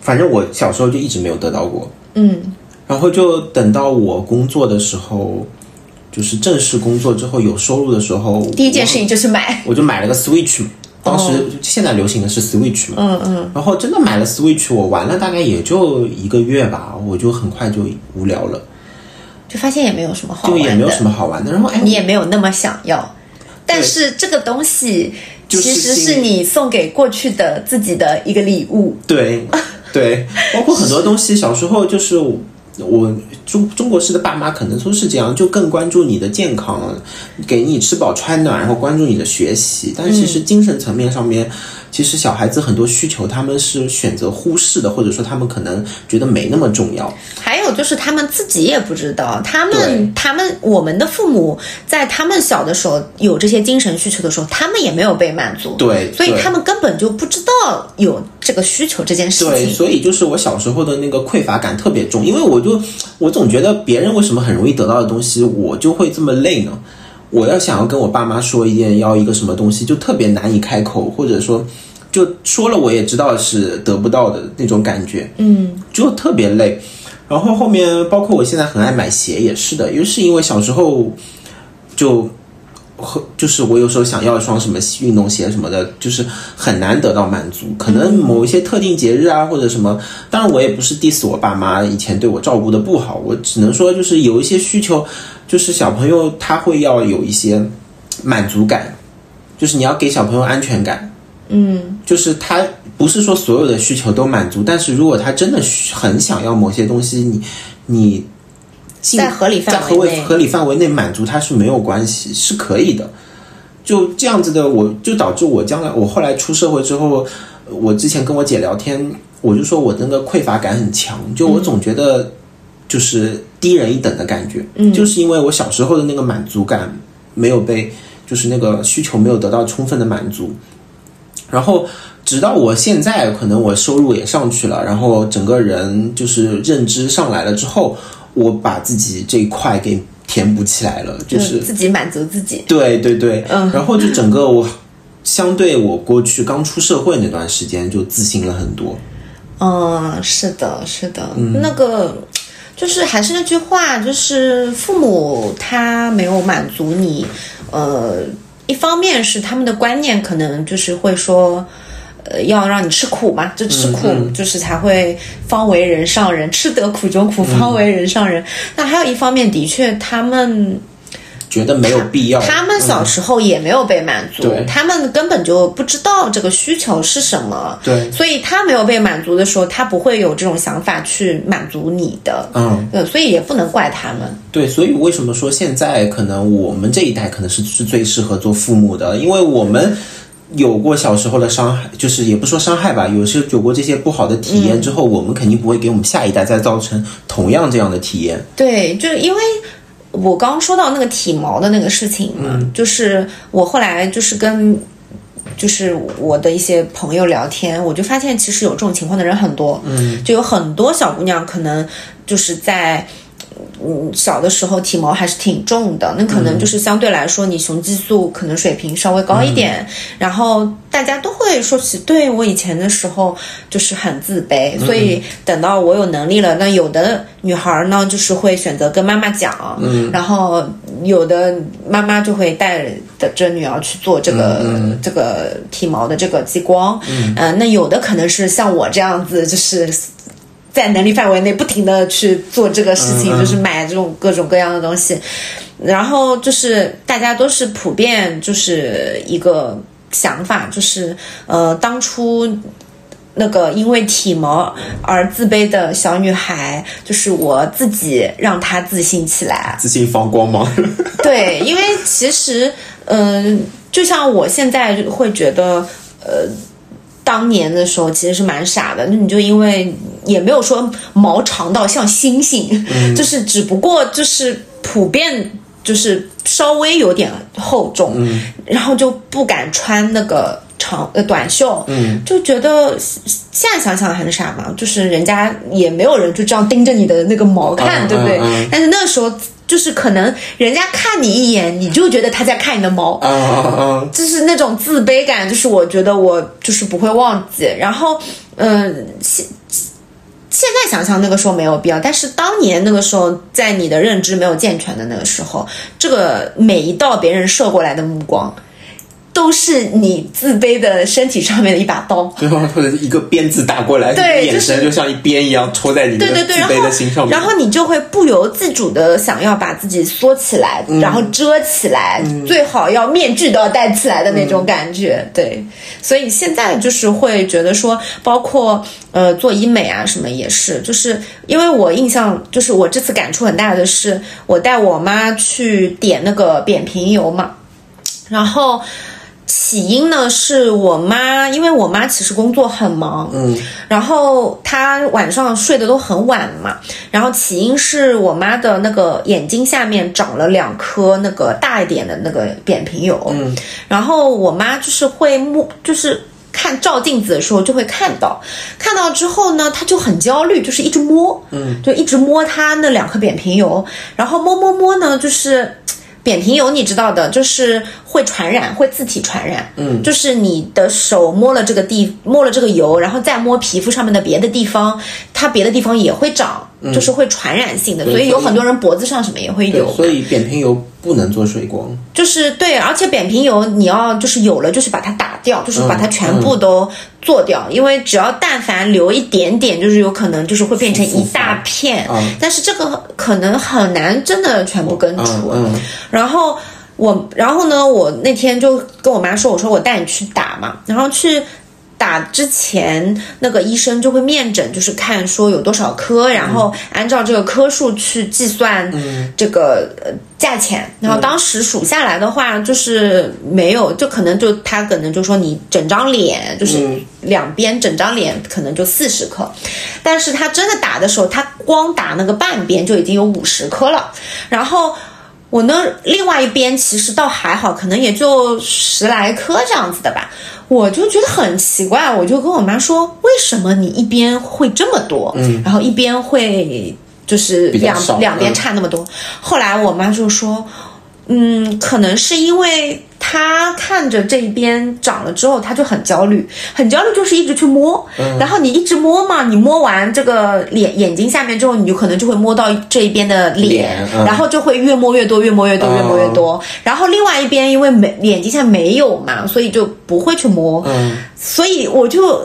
Speaker 2: 反正我小时候就一直没有得到过，
Speaker 1: 嗯
Speaker 2: 然后就等到我工作的时候。就是正式工作之后有收入的时候，
Speaker 1: 第一件事情就是买。
Speaker 2: 我就买了个 Switch，当
Speaker 1: 哦
Speaker 2: 时、现在流行的是 Switch 嘛，嗯嗯，然后真的买了 Switch，我玩了大概也就一个月吧，我就很快就无聊了，
Speaker 1: 就发现也没有什么好
Speaker 2: 就
Speaker 1: 玩的，
Speaker 2: 也没有什么好玩的。然后哎，
Speaker 1: 你也没有那么想要。但是这个东西
Speaker 2: 就是
Speaker 1: 其实
Speaker 2: 心
Speaker 1: 是你送给过去的自己的一个礼物。
Speaker 2: 对对，包括很多东西，小时候就是我。我中中国式的爸妈可能都是这样，就更关注你的健康，给你吃饱穿暖，然后关注你的学习。但其
Speaker 1: 嗯
Speaker 2: 实精神层面上面，其实小孩子很多需求他们是选择忽视的，或者说他们可能觉得没那么重要。
Speaker 1: 还有就是他们自己也不知道，他
Speaker 2: 对
Speaker 1: 们他们我们的父母在他们小的时候有这些精神需求的时候，他们也没有被满足，
Speaker 2: 对
Speaker 1: 所以
Speaker 2: 对
Speaker 1: 他们根本就不知道有这个需求这件事
Speaker 2: 对，
Speaker 1: 情。
Speaker 2: 所以就是我小时候的那个匮乏感特别重，因为我就我总觉得别人为什么很容易得到的东西，我就会这么累呢？我要想要跟我爸妈说一件要一个什么东西，就特别难以开口，或者说就说了我也知道是得不到的那种感觉，嗯，就特别累。然后后面包括我现在很爱买鞋也是的，又是因为小时候就和就是我有时候想要一双什么运动鞋什么的，就是很难得到满足。可能某一些特定节日啊，或者什么，当然我也不是 diss 我爸妈以前对我照顾的不好，我只能说就是有一些需求，就是小朋友他会要有一些满足感，就是你要给小朋友安全感。嗯，就是他不是说所有的需求都满足，但是如果他真的需很想要某些东西，你你尽
Speaker 1: 在合理范围
Speaker 2: 在合
Speaker 1: 内
Speaker 2: 合理范围内满足他是没有关系，是可以的。就这样子的，我就导致我将来我后来出社会之后，我之前跟我姐聊天，我就说我那个匮乏感很强，就
Speaker 1: 嗯
Speaker 2: 我总觉得就是低人一等的感觉，嗯、就是因为我小时候的那个满足感没有被，就是那个需求没有得到充分的满足，然后直到我现在可能我收入也上去了，然后整个人就是认知上来了之后，我把自己这一块给填补起来了，就是
Speaker 1: 嗯自己满足自己。
Speaker 2: 对对对，
Speaker 1: 嗯
Speaker 2: 然后就整个我相对我过去刚出社会那段时间就自信了很多，
Speaker 1: 嗯，是的，是的，那个。就是还是那句话，就是父母他没有满足你，呃，一方面是他们的观念可能就是会说，呃，要让你吃苦嘛，就吃苦，就是才会方为人上人，吃得苦中苦，方为人上人。那还有一方面，的确他们
Speaker 2: 觉得没有必要。嗯
Speaker 1: 他们小时候也没有被满足，
Speaker 2: 对
Speaker 1: 他们根本就不知道这个需求是什么，
Speaker 2: 对
Speaker 1: 所以他没有被满足的时候，他不会有这种想法去满足你的，
Speaker 2: 嗯，
Speaker 1: 对，所以也不能怪他们，
Speaker 2: 对，所以为什么说现在可能我们这一代可能是是最适合做父母的，因为我们有过小时候的伤害，就是也不说伤害吧，有是有过这些不好的体
Speaker 1: 嗯
Speaker 2: 验之后，我们肯定不会给我们下一代再造成同样这样的体验。
Speaker 1: 对，就是因为我刚刚说到那个体毛的那个事情嘛，就是我后来就是跟就是我的一些朋友聊天，我就发现其实有这种情况的人很多，嗯，就有很多小姑娘可能就是在。嗯，小的时候体毛还是挺重的，那可能就是相对来说，你雄激素可能水平稍微高一点，然后大家都会说起，对我以前的时候就是很自卑，所以等到我有能力了，那有的女孩呢就是会选择跟妈妈讲，然后有的妈妈就会带着女儿去做这个、这个体毛的这个激光，嗯、那有的可能是像我这样子，就是在能力范围内不停的去做这个事情，就是买这种各种各样的东西，然后就是大家都是普遍就是一个想法，就是呃当初。那个因为体毛而自卑的小女孩，就是我自己让她自信起来。
Speaker 2: 自信放 光芒，
Speaker 1: 对，因为其实，嗯、就像我现在会觉得，呃，当年的时候其实是蛮傻的，那你就因为也没有说毛长到像星星，
Speaker 2: 嗯
Speaker 1: 就是只不过就是普遍。就是稍微有点厚重，
Speaker 2: 嗯
Speaker 1: 然后就不敢穿那个长呃短袖，
Speaker 2: 嗯
Speaker 1: 就觉得现在想想很傻嘛，就是人家也没有人就这样盯着你的那个毛看，
Speaker 2: 嗯
Speaker 1: 对不对？
Speaker 2: 嗯嗯
Speaker 1: 但是那时候就是可能人家看你一眼，你就觉得他在看你的毛，
Speaker 2: 啊啊啊！
Speaker 1: 就是那种自卑感，就是我觉得我就是不会忘记。然后，嗯、现现在想想那个时候没有必要，但是当年那个时候，在你的认知没有健全的那个时候，这个每一道别人射过来的目光，都是你自卑的身体上面的一把刀。
Speaker 2: 最后或者是一个鞭子打过来，
Speaker 1: 对
Speaker 2: 你的眼
Speaker 1: 就是
Speaker 2: 神就像一鞭一样戳在你的
Speaker 1: 对对
Speaker 2: 自
Speaker 1: 对，然
Speaker 2: 卑的心上
Speaker 1: 后
Speaker 2: 面。
Speaker 1: 然后你就会不由自主的想要把自己缩起来，
Speaker 2: 嗯
Speaker 1: 然后遮起来，最好要面具都要戴起来的那种感觉。
Speaker 2: 嗯
Speaker 1: 对，所以现在就是会觉得说，包括呃做医美啊什么也是，就是因为我印象就是我这次感触很大的是，我带我妈去点那个扁平疣嘛，然后。起因呢是我妈，因为我妈其实工作很忙，嗯，然后她晚上睡得都很晚嘛，然后起因是我妈的那个眼睛下面长了两颗那个大一点的那个扁平疣，嗯，然后我妈就是会摸，就是看照镜子的时候就会看到，看到之后呢，她就很焦虑，就是一直摸，嗯，就一直摸她那两颗扁平疣，然后摸摸摸呢，就是。扁平疣你知道的，就是会传染，会自体传染。嗯，就是你的手摸了这个地，摸了这个疣，然后再摸皮肤上面的别的地方，它别的地方也会长，就是会传染性嗯的。所以有很多人脖子上什么也会有
Speaker 2: 对，。所以扁平疣不能做水光。
Speaker 1: 就是对，而且扁平疣你要就是有了，就是把它打掉，就是把它全部都做掉，因为只要但凡留一点点，就是有可能就是会变成一大片，
Speaker 2: 嗯
Speaker 1: 但是这个可能很难真的全部根除。啊
Speaker 2: 嗯嗯
Speaker 1: 然后我，然后呢，我那天就跟我妈说，我说我带你去打嘛，然后去。打之前，那个医生就会面诊，就是看说有多少颗，然后按照这个颗数去计算这个呃价钱。然后当时数下来的话，就是没有，就可能就他可能就说你整张脸，就是两边整张脸可能就四十颗，但是他真的打的时候，他光打那个半边就已经有五十颗了，然后。我呢，另外一边其实倒还好，可能也就十来颗这样子的吧。我就觉得很奇怪，我就跟我妈说，为什么你一边会这么多，然后一边会就是
Speaker 2: 嗯比较
Speaker 1: 两
Speaker 2: 少
Speaker 1: 两边
Speaker 2: 嗯
Speaker 1: 差那么多？后来我妈就说，嗯，可能是因为她看着这一边长了之后，她就很焦虑，很焦虑就是一直去摸，然后你一直摸嘛，你摸完这个脸眼睛下面之后，你就可能就会摸到这一边的脸，
Speaker 2: 脸嗯
Speaker 1: 然后就会越摸越多，越摸越多，
Speaker 2: 哦
Speaker 1: 越摸越多。然后另外一边因为没眼睛下没有嘛，所以就不会去摸，
Speaker 2: 嗯，
Speaker 1: 所以我就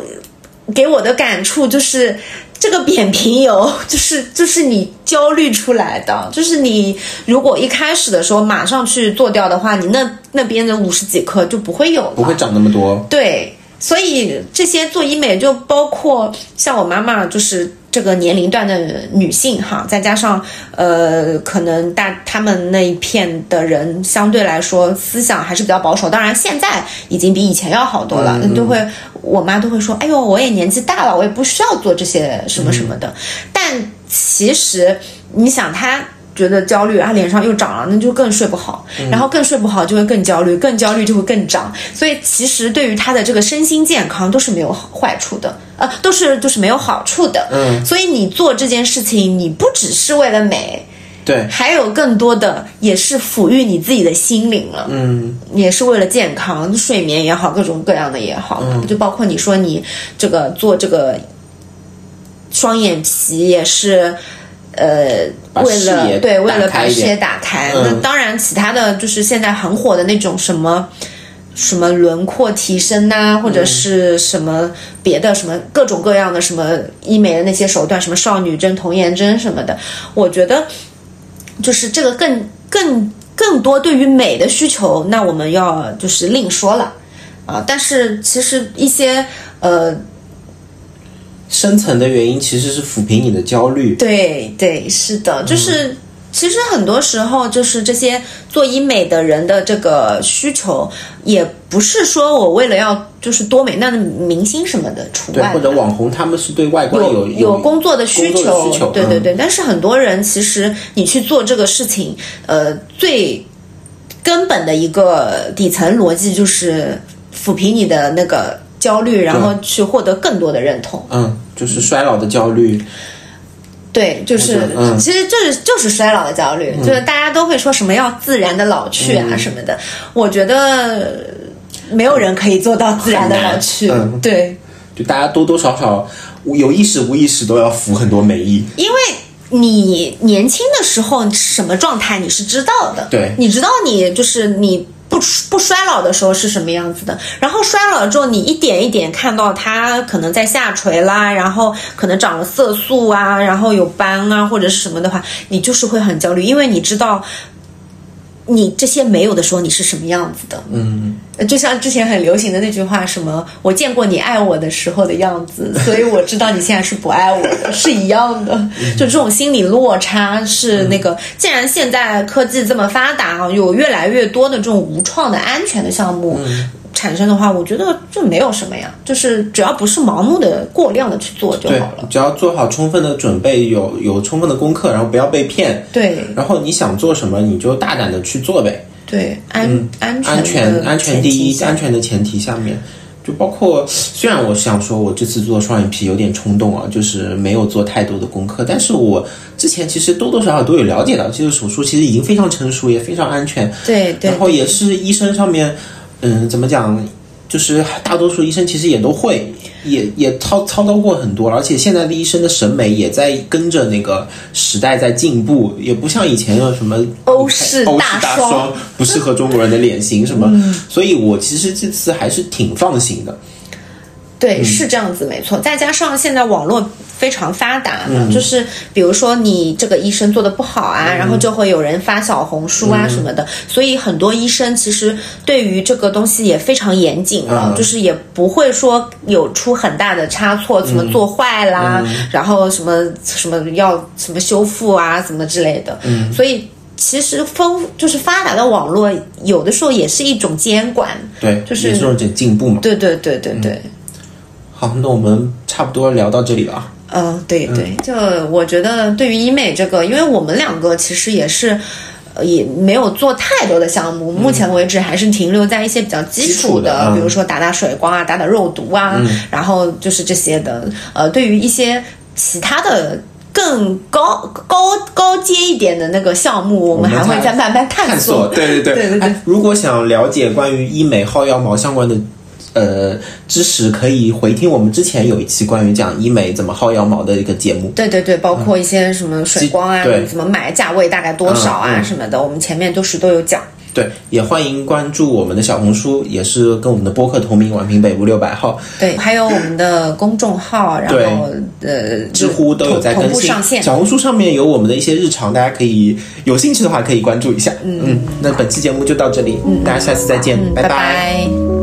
Speaker 1: 给我的感触就是，这个扁平疣 就是就是你焦虑出来的，就是你如果一开始的时候马上去做掉的话，你那那边的五十几颗就不会有了，
Speaker 2: 不会长那么多。
Speaker 1: 对。所以这些做医美就包括像我妈妈，就是这个年龄段的女性哈，再加上呃，可能大他们那一片的人相对来说思想还是比较保守。当然，现在已经比以前要好多了，都会我妈都会说：“哎呦，我也年纪大了，我也不需要做这些什么什么的。但其实你想她。觉得焦虑，她啊脸上又长了，那就更睡不好，然后更睡不好就会更焦虑，更焦虑就会更长，所以其实对于她的这个身心健康都是没有好坏处的，呃，都是就是没有好处的。
Speaker 2: 嗯，
Speaker 1: 所以你做这件事情，你不只是为了美，
Speaker 2: 对，
Speaker 1: 还有更多的也是抚育你自己的心灵了。
Speaker 2: 嗯，
Speaker 1: 也是为了健康，睡眠也好，各种各样的也好，
Speaker 2: 嗯
Speaker 1: 就包括你说你这个做这个双眼皮也是，呃，
Speaker 2: 把
Speaker 1: 为
Speaker 2: 视
Speaker 1: 了
Speaker 2: 野
Speaker 1: 对为
Speaker 2: 打
Speaker 1: 了
Speaker 2: 开
Speaker 1: 把
Speaker 2: 一
Speaker 1: 视
Speaker 2: 点
Speaker 1: 野打开。
Speaker 2: 嗯
Speaker 1: 那当然，其他的就是现在很火的那种什么。什么轮廓提升呐、或者是什么别的什么各种各样的什么医美的那些手段，什么少女针、童颜针什么的，我觉得就是这个更更更多对于美的需求，那我们要就是另说了啊。但是其实一些呃，
Speaker 2: 深层的原因其实是抚平你的焦虑。
Speaker 1: 对对，是的，
Speaker 2: 嗯
Speaker 1: 就是。其实很多时候，就是这些做医美的人的这个需求，也不是说我为了要就是多美，那明星什么的除
Speaker 2: 对，
Speaker 1: 外，
Speaker 2: 或者网红他们是对外观有
Speaker 1: 有工作的需
Speaker 2: 工作的需求
Speaker 1: 对对
Speaker 2: 嗯
Speaker 1: 对。但是很多人其实你去做这个事情，呃，最根本的一个底层逻辑就是抚平你的那个焦虑，然后去获得更多的认同。
Speaker 2: 嗯，就是衰老的焦虑。
Speaker 1: 对，就是
Speaker 2: 我觉得嗯
Speaker 1: 其实就是就是衰老的焦虑，就是大家都会说什么要自然的老去
Speaker 2: 嗯
Speaker 1: 啊什么的。我觉得没有人可以做到自然的老去，
Speaker 2: 很难嗯
Speaker 1: 对。
Speaker 2: 就大家多多少少有意识无意识都要服很多美意，
Speaker 1: 因为你年轻的时候什么状态你是知道的，
Speaker 2: 对
Speaker 1: 你知道你就是你不不衰老的时候是什么样子的，然后衰老了之后，你一点一点看到它可能在下垂啦，然后可能长了色素啊，然后有斑啊或者是什么的话，你就是会很焦虑，因为你知道。你这些没有的时候，你是什么样子的？
Speaker 2: 嗯，
Speaker 1: 呃就像之前很流行的那句话，什么“我见过你爱我的时候的样子， 所以我知道你现在是不爱我的”，是一样的。
Speaker 2: 嗯
Speaker 1: 就这种心理落差是那个，既然现在科技这么发达，有越来越多的这种无创的安全的项目。
Speaker 2: 嗯
Speaker 1: 产生的话，我觉得就没有什么呀，就是只要不是盲目的、过量的去做就
Speaker 2: 对
Speaker 1: 好了，。
Speaker 2: 只要做好充分的准备，有有充分的功课，然后不要被骗，
Speaker 1: 对
Speaker 2: 然后你想做什么你就大胆的去做呗。
Speaker 1: 对，安、安全
Speaker 2: 嗯安
Speaker 1: 安
Speaker 2: 全安全第一，安
Speaker 1: 全
Speaker 2: 全的前提下面，就包括虽然我想说我这次做双眼皮有点冲动啊，就是没有做太多的功课，但是我之前其实多多少少都有了解到，这个手术其实已经非常成熟，也非常安全，
Speaker 1: 对对
Speaker 2: 然后也是医生上面，嗯，怎么讲？就是大多数医生其实也都会，也也操操刀过很多了，而且现在的医生的审美也在跟着那个时代在进步，也不像以前有什么
Speaker 1: 欧式
Speaker 2: 欧
Speaker 1: 大
Speaker 2: 式大
Speaker 1: 双嗯
Speaker 2: 双不适合中国人的脸型什么，所以我其实这次还是挺放心的。
Speaker 1: 对，是这样子，没错。再加上现在网络非常发达嘛，就是比如说你这个医生做的不好啊，然后就会有人发小红书啊什么的，所以很多医生其实对于这个东西也非常严谨了，
Speaker 2: 嗯
Speaker 1: 就是也不会说有出很大的差错，什么做坏啦，然后什么什么要什么修复啊，什么之类的。所以其实丰就是发达的网络，有的时候也是一种监管。
Speaker 2: 对，
Speaker 1: 就是
Speaker 2: 也是种进步嘛。
Speaker 1: 对对对对对。
Speaker 2: 好，那我们差不多聊到这里了啊。
Speaker 1: 嗯，对对，就我觉得对于医美这个，因为我们两个其实也是。呃也没有做太多的项目，目前为止还是停留在一些比较基础
Speaker 2: 嗯基础的嗯嗯
Speaker 1: 比如说打打水光啊，打打肉毒啊，然后就是这些的。呃，对于一些其他的更高高高阶一点的那个项目，我们还
Speaker 2: 们
Speaker 1: 会
Speaker 2: 还
Speaker 1: 再慢慢探
Speaker 2: 探索，对对 对
Speaker 1: 对对对
Speaker 2: 哎如果想了解关于医美薅羊毛相关的呃知识，可以回听我们之前有一期关于讲医美怎么薅羊毛的一个节目。
Speaker 1: 对对对，包括一些什么水
Speaker 2: 嗯基
Speaker 1: 光啊，
Speaker 2: 对
Speaker 1: 怎么买，价位大概多少啊、
Speaker 2: 嗯嗯
Speaker 1: 什么的，我们前面都是都有讲。
Speaker 2: 对，也欢迎关注我们的小红书，也是跟我们的播客同名“宛平北部六百号
Speaker 1: 对，还有我们的公众号，然后呃，”、
Speaker 2: 知乎都有在
Speaker 1: 同
Speaker 2: 更
Speaker 1: 同步
Speaker 2: 新
Speaker 1: 上。线。
Speaker 2: 小红书上面有我们的一些日常，大家可以有嗯兴趣的话可以关注一下。嗯，那本期节目就到这里，大家下次再见，
Speaker 1: 嗯嗯，拜
Speaker 2: 拜
Speaker 1: 拜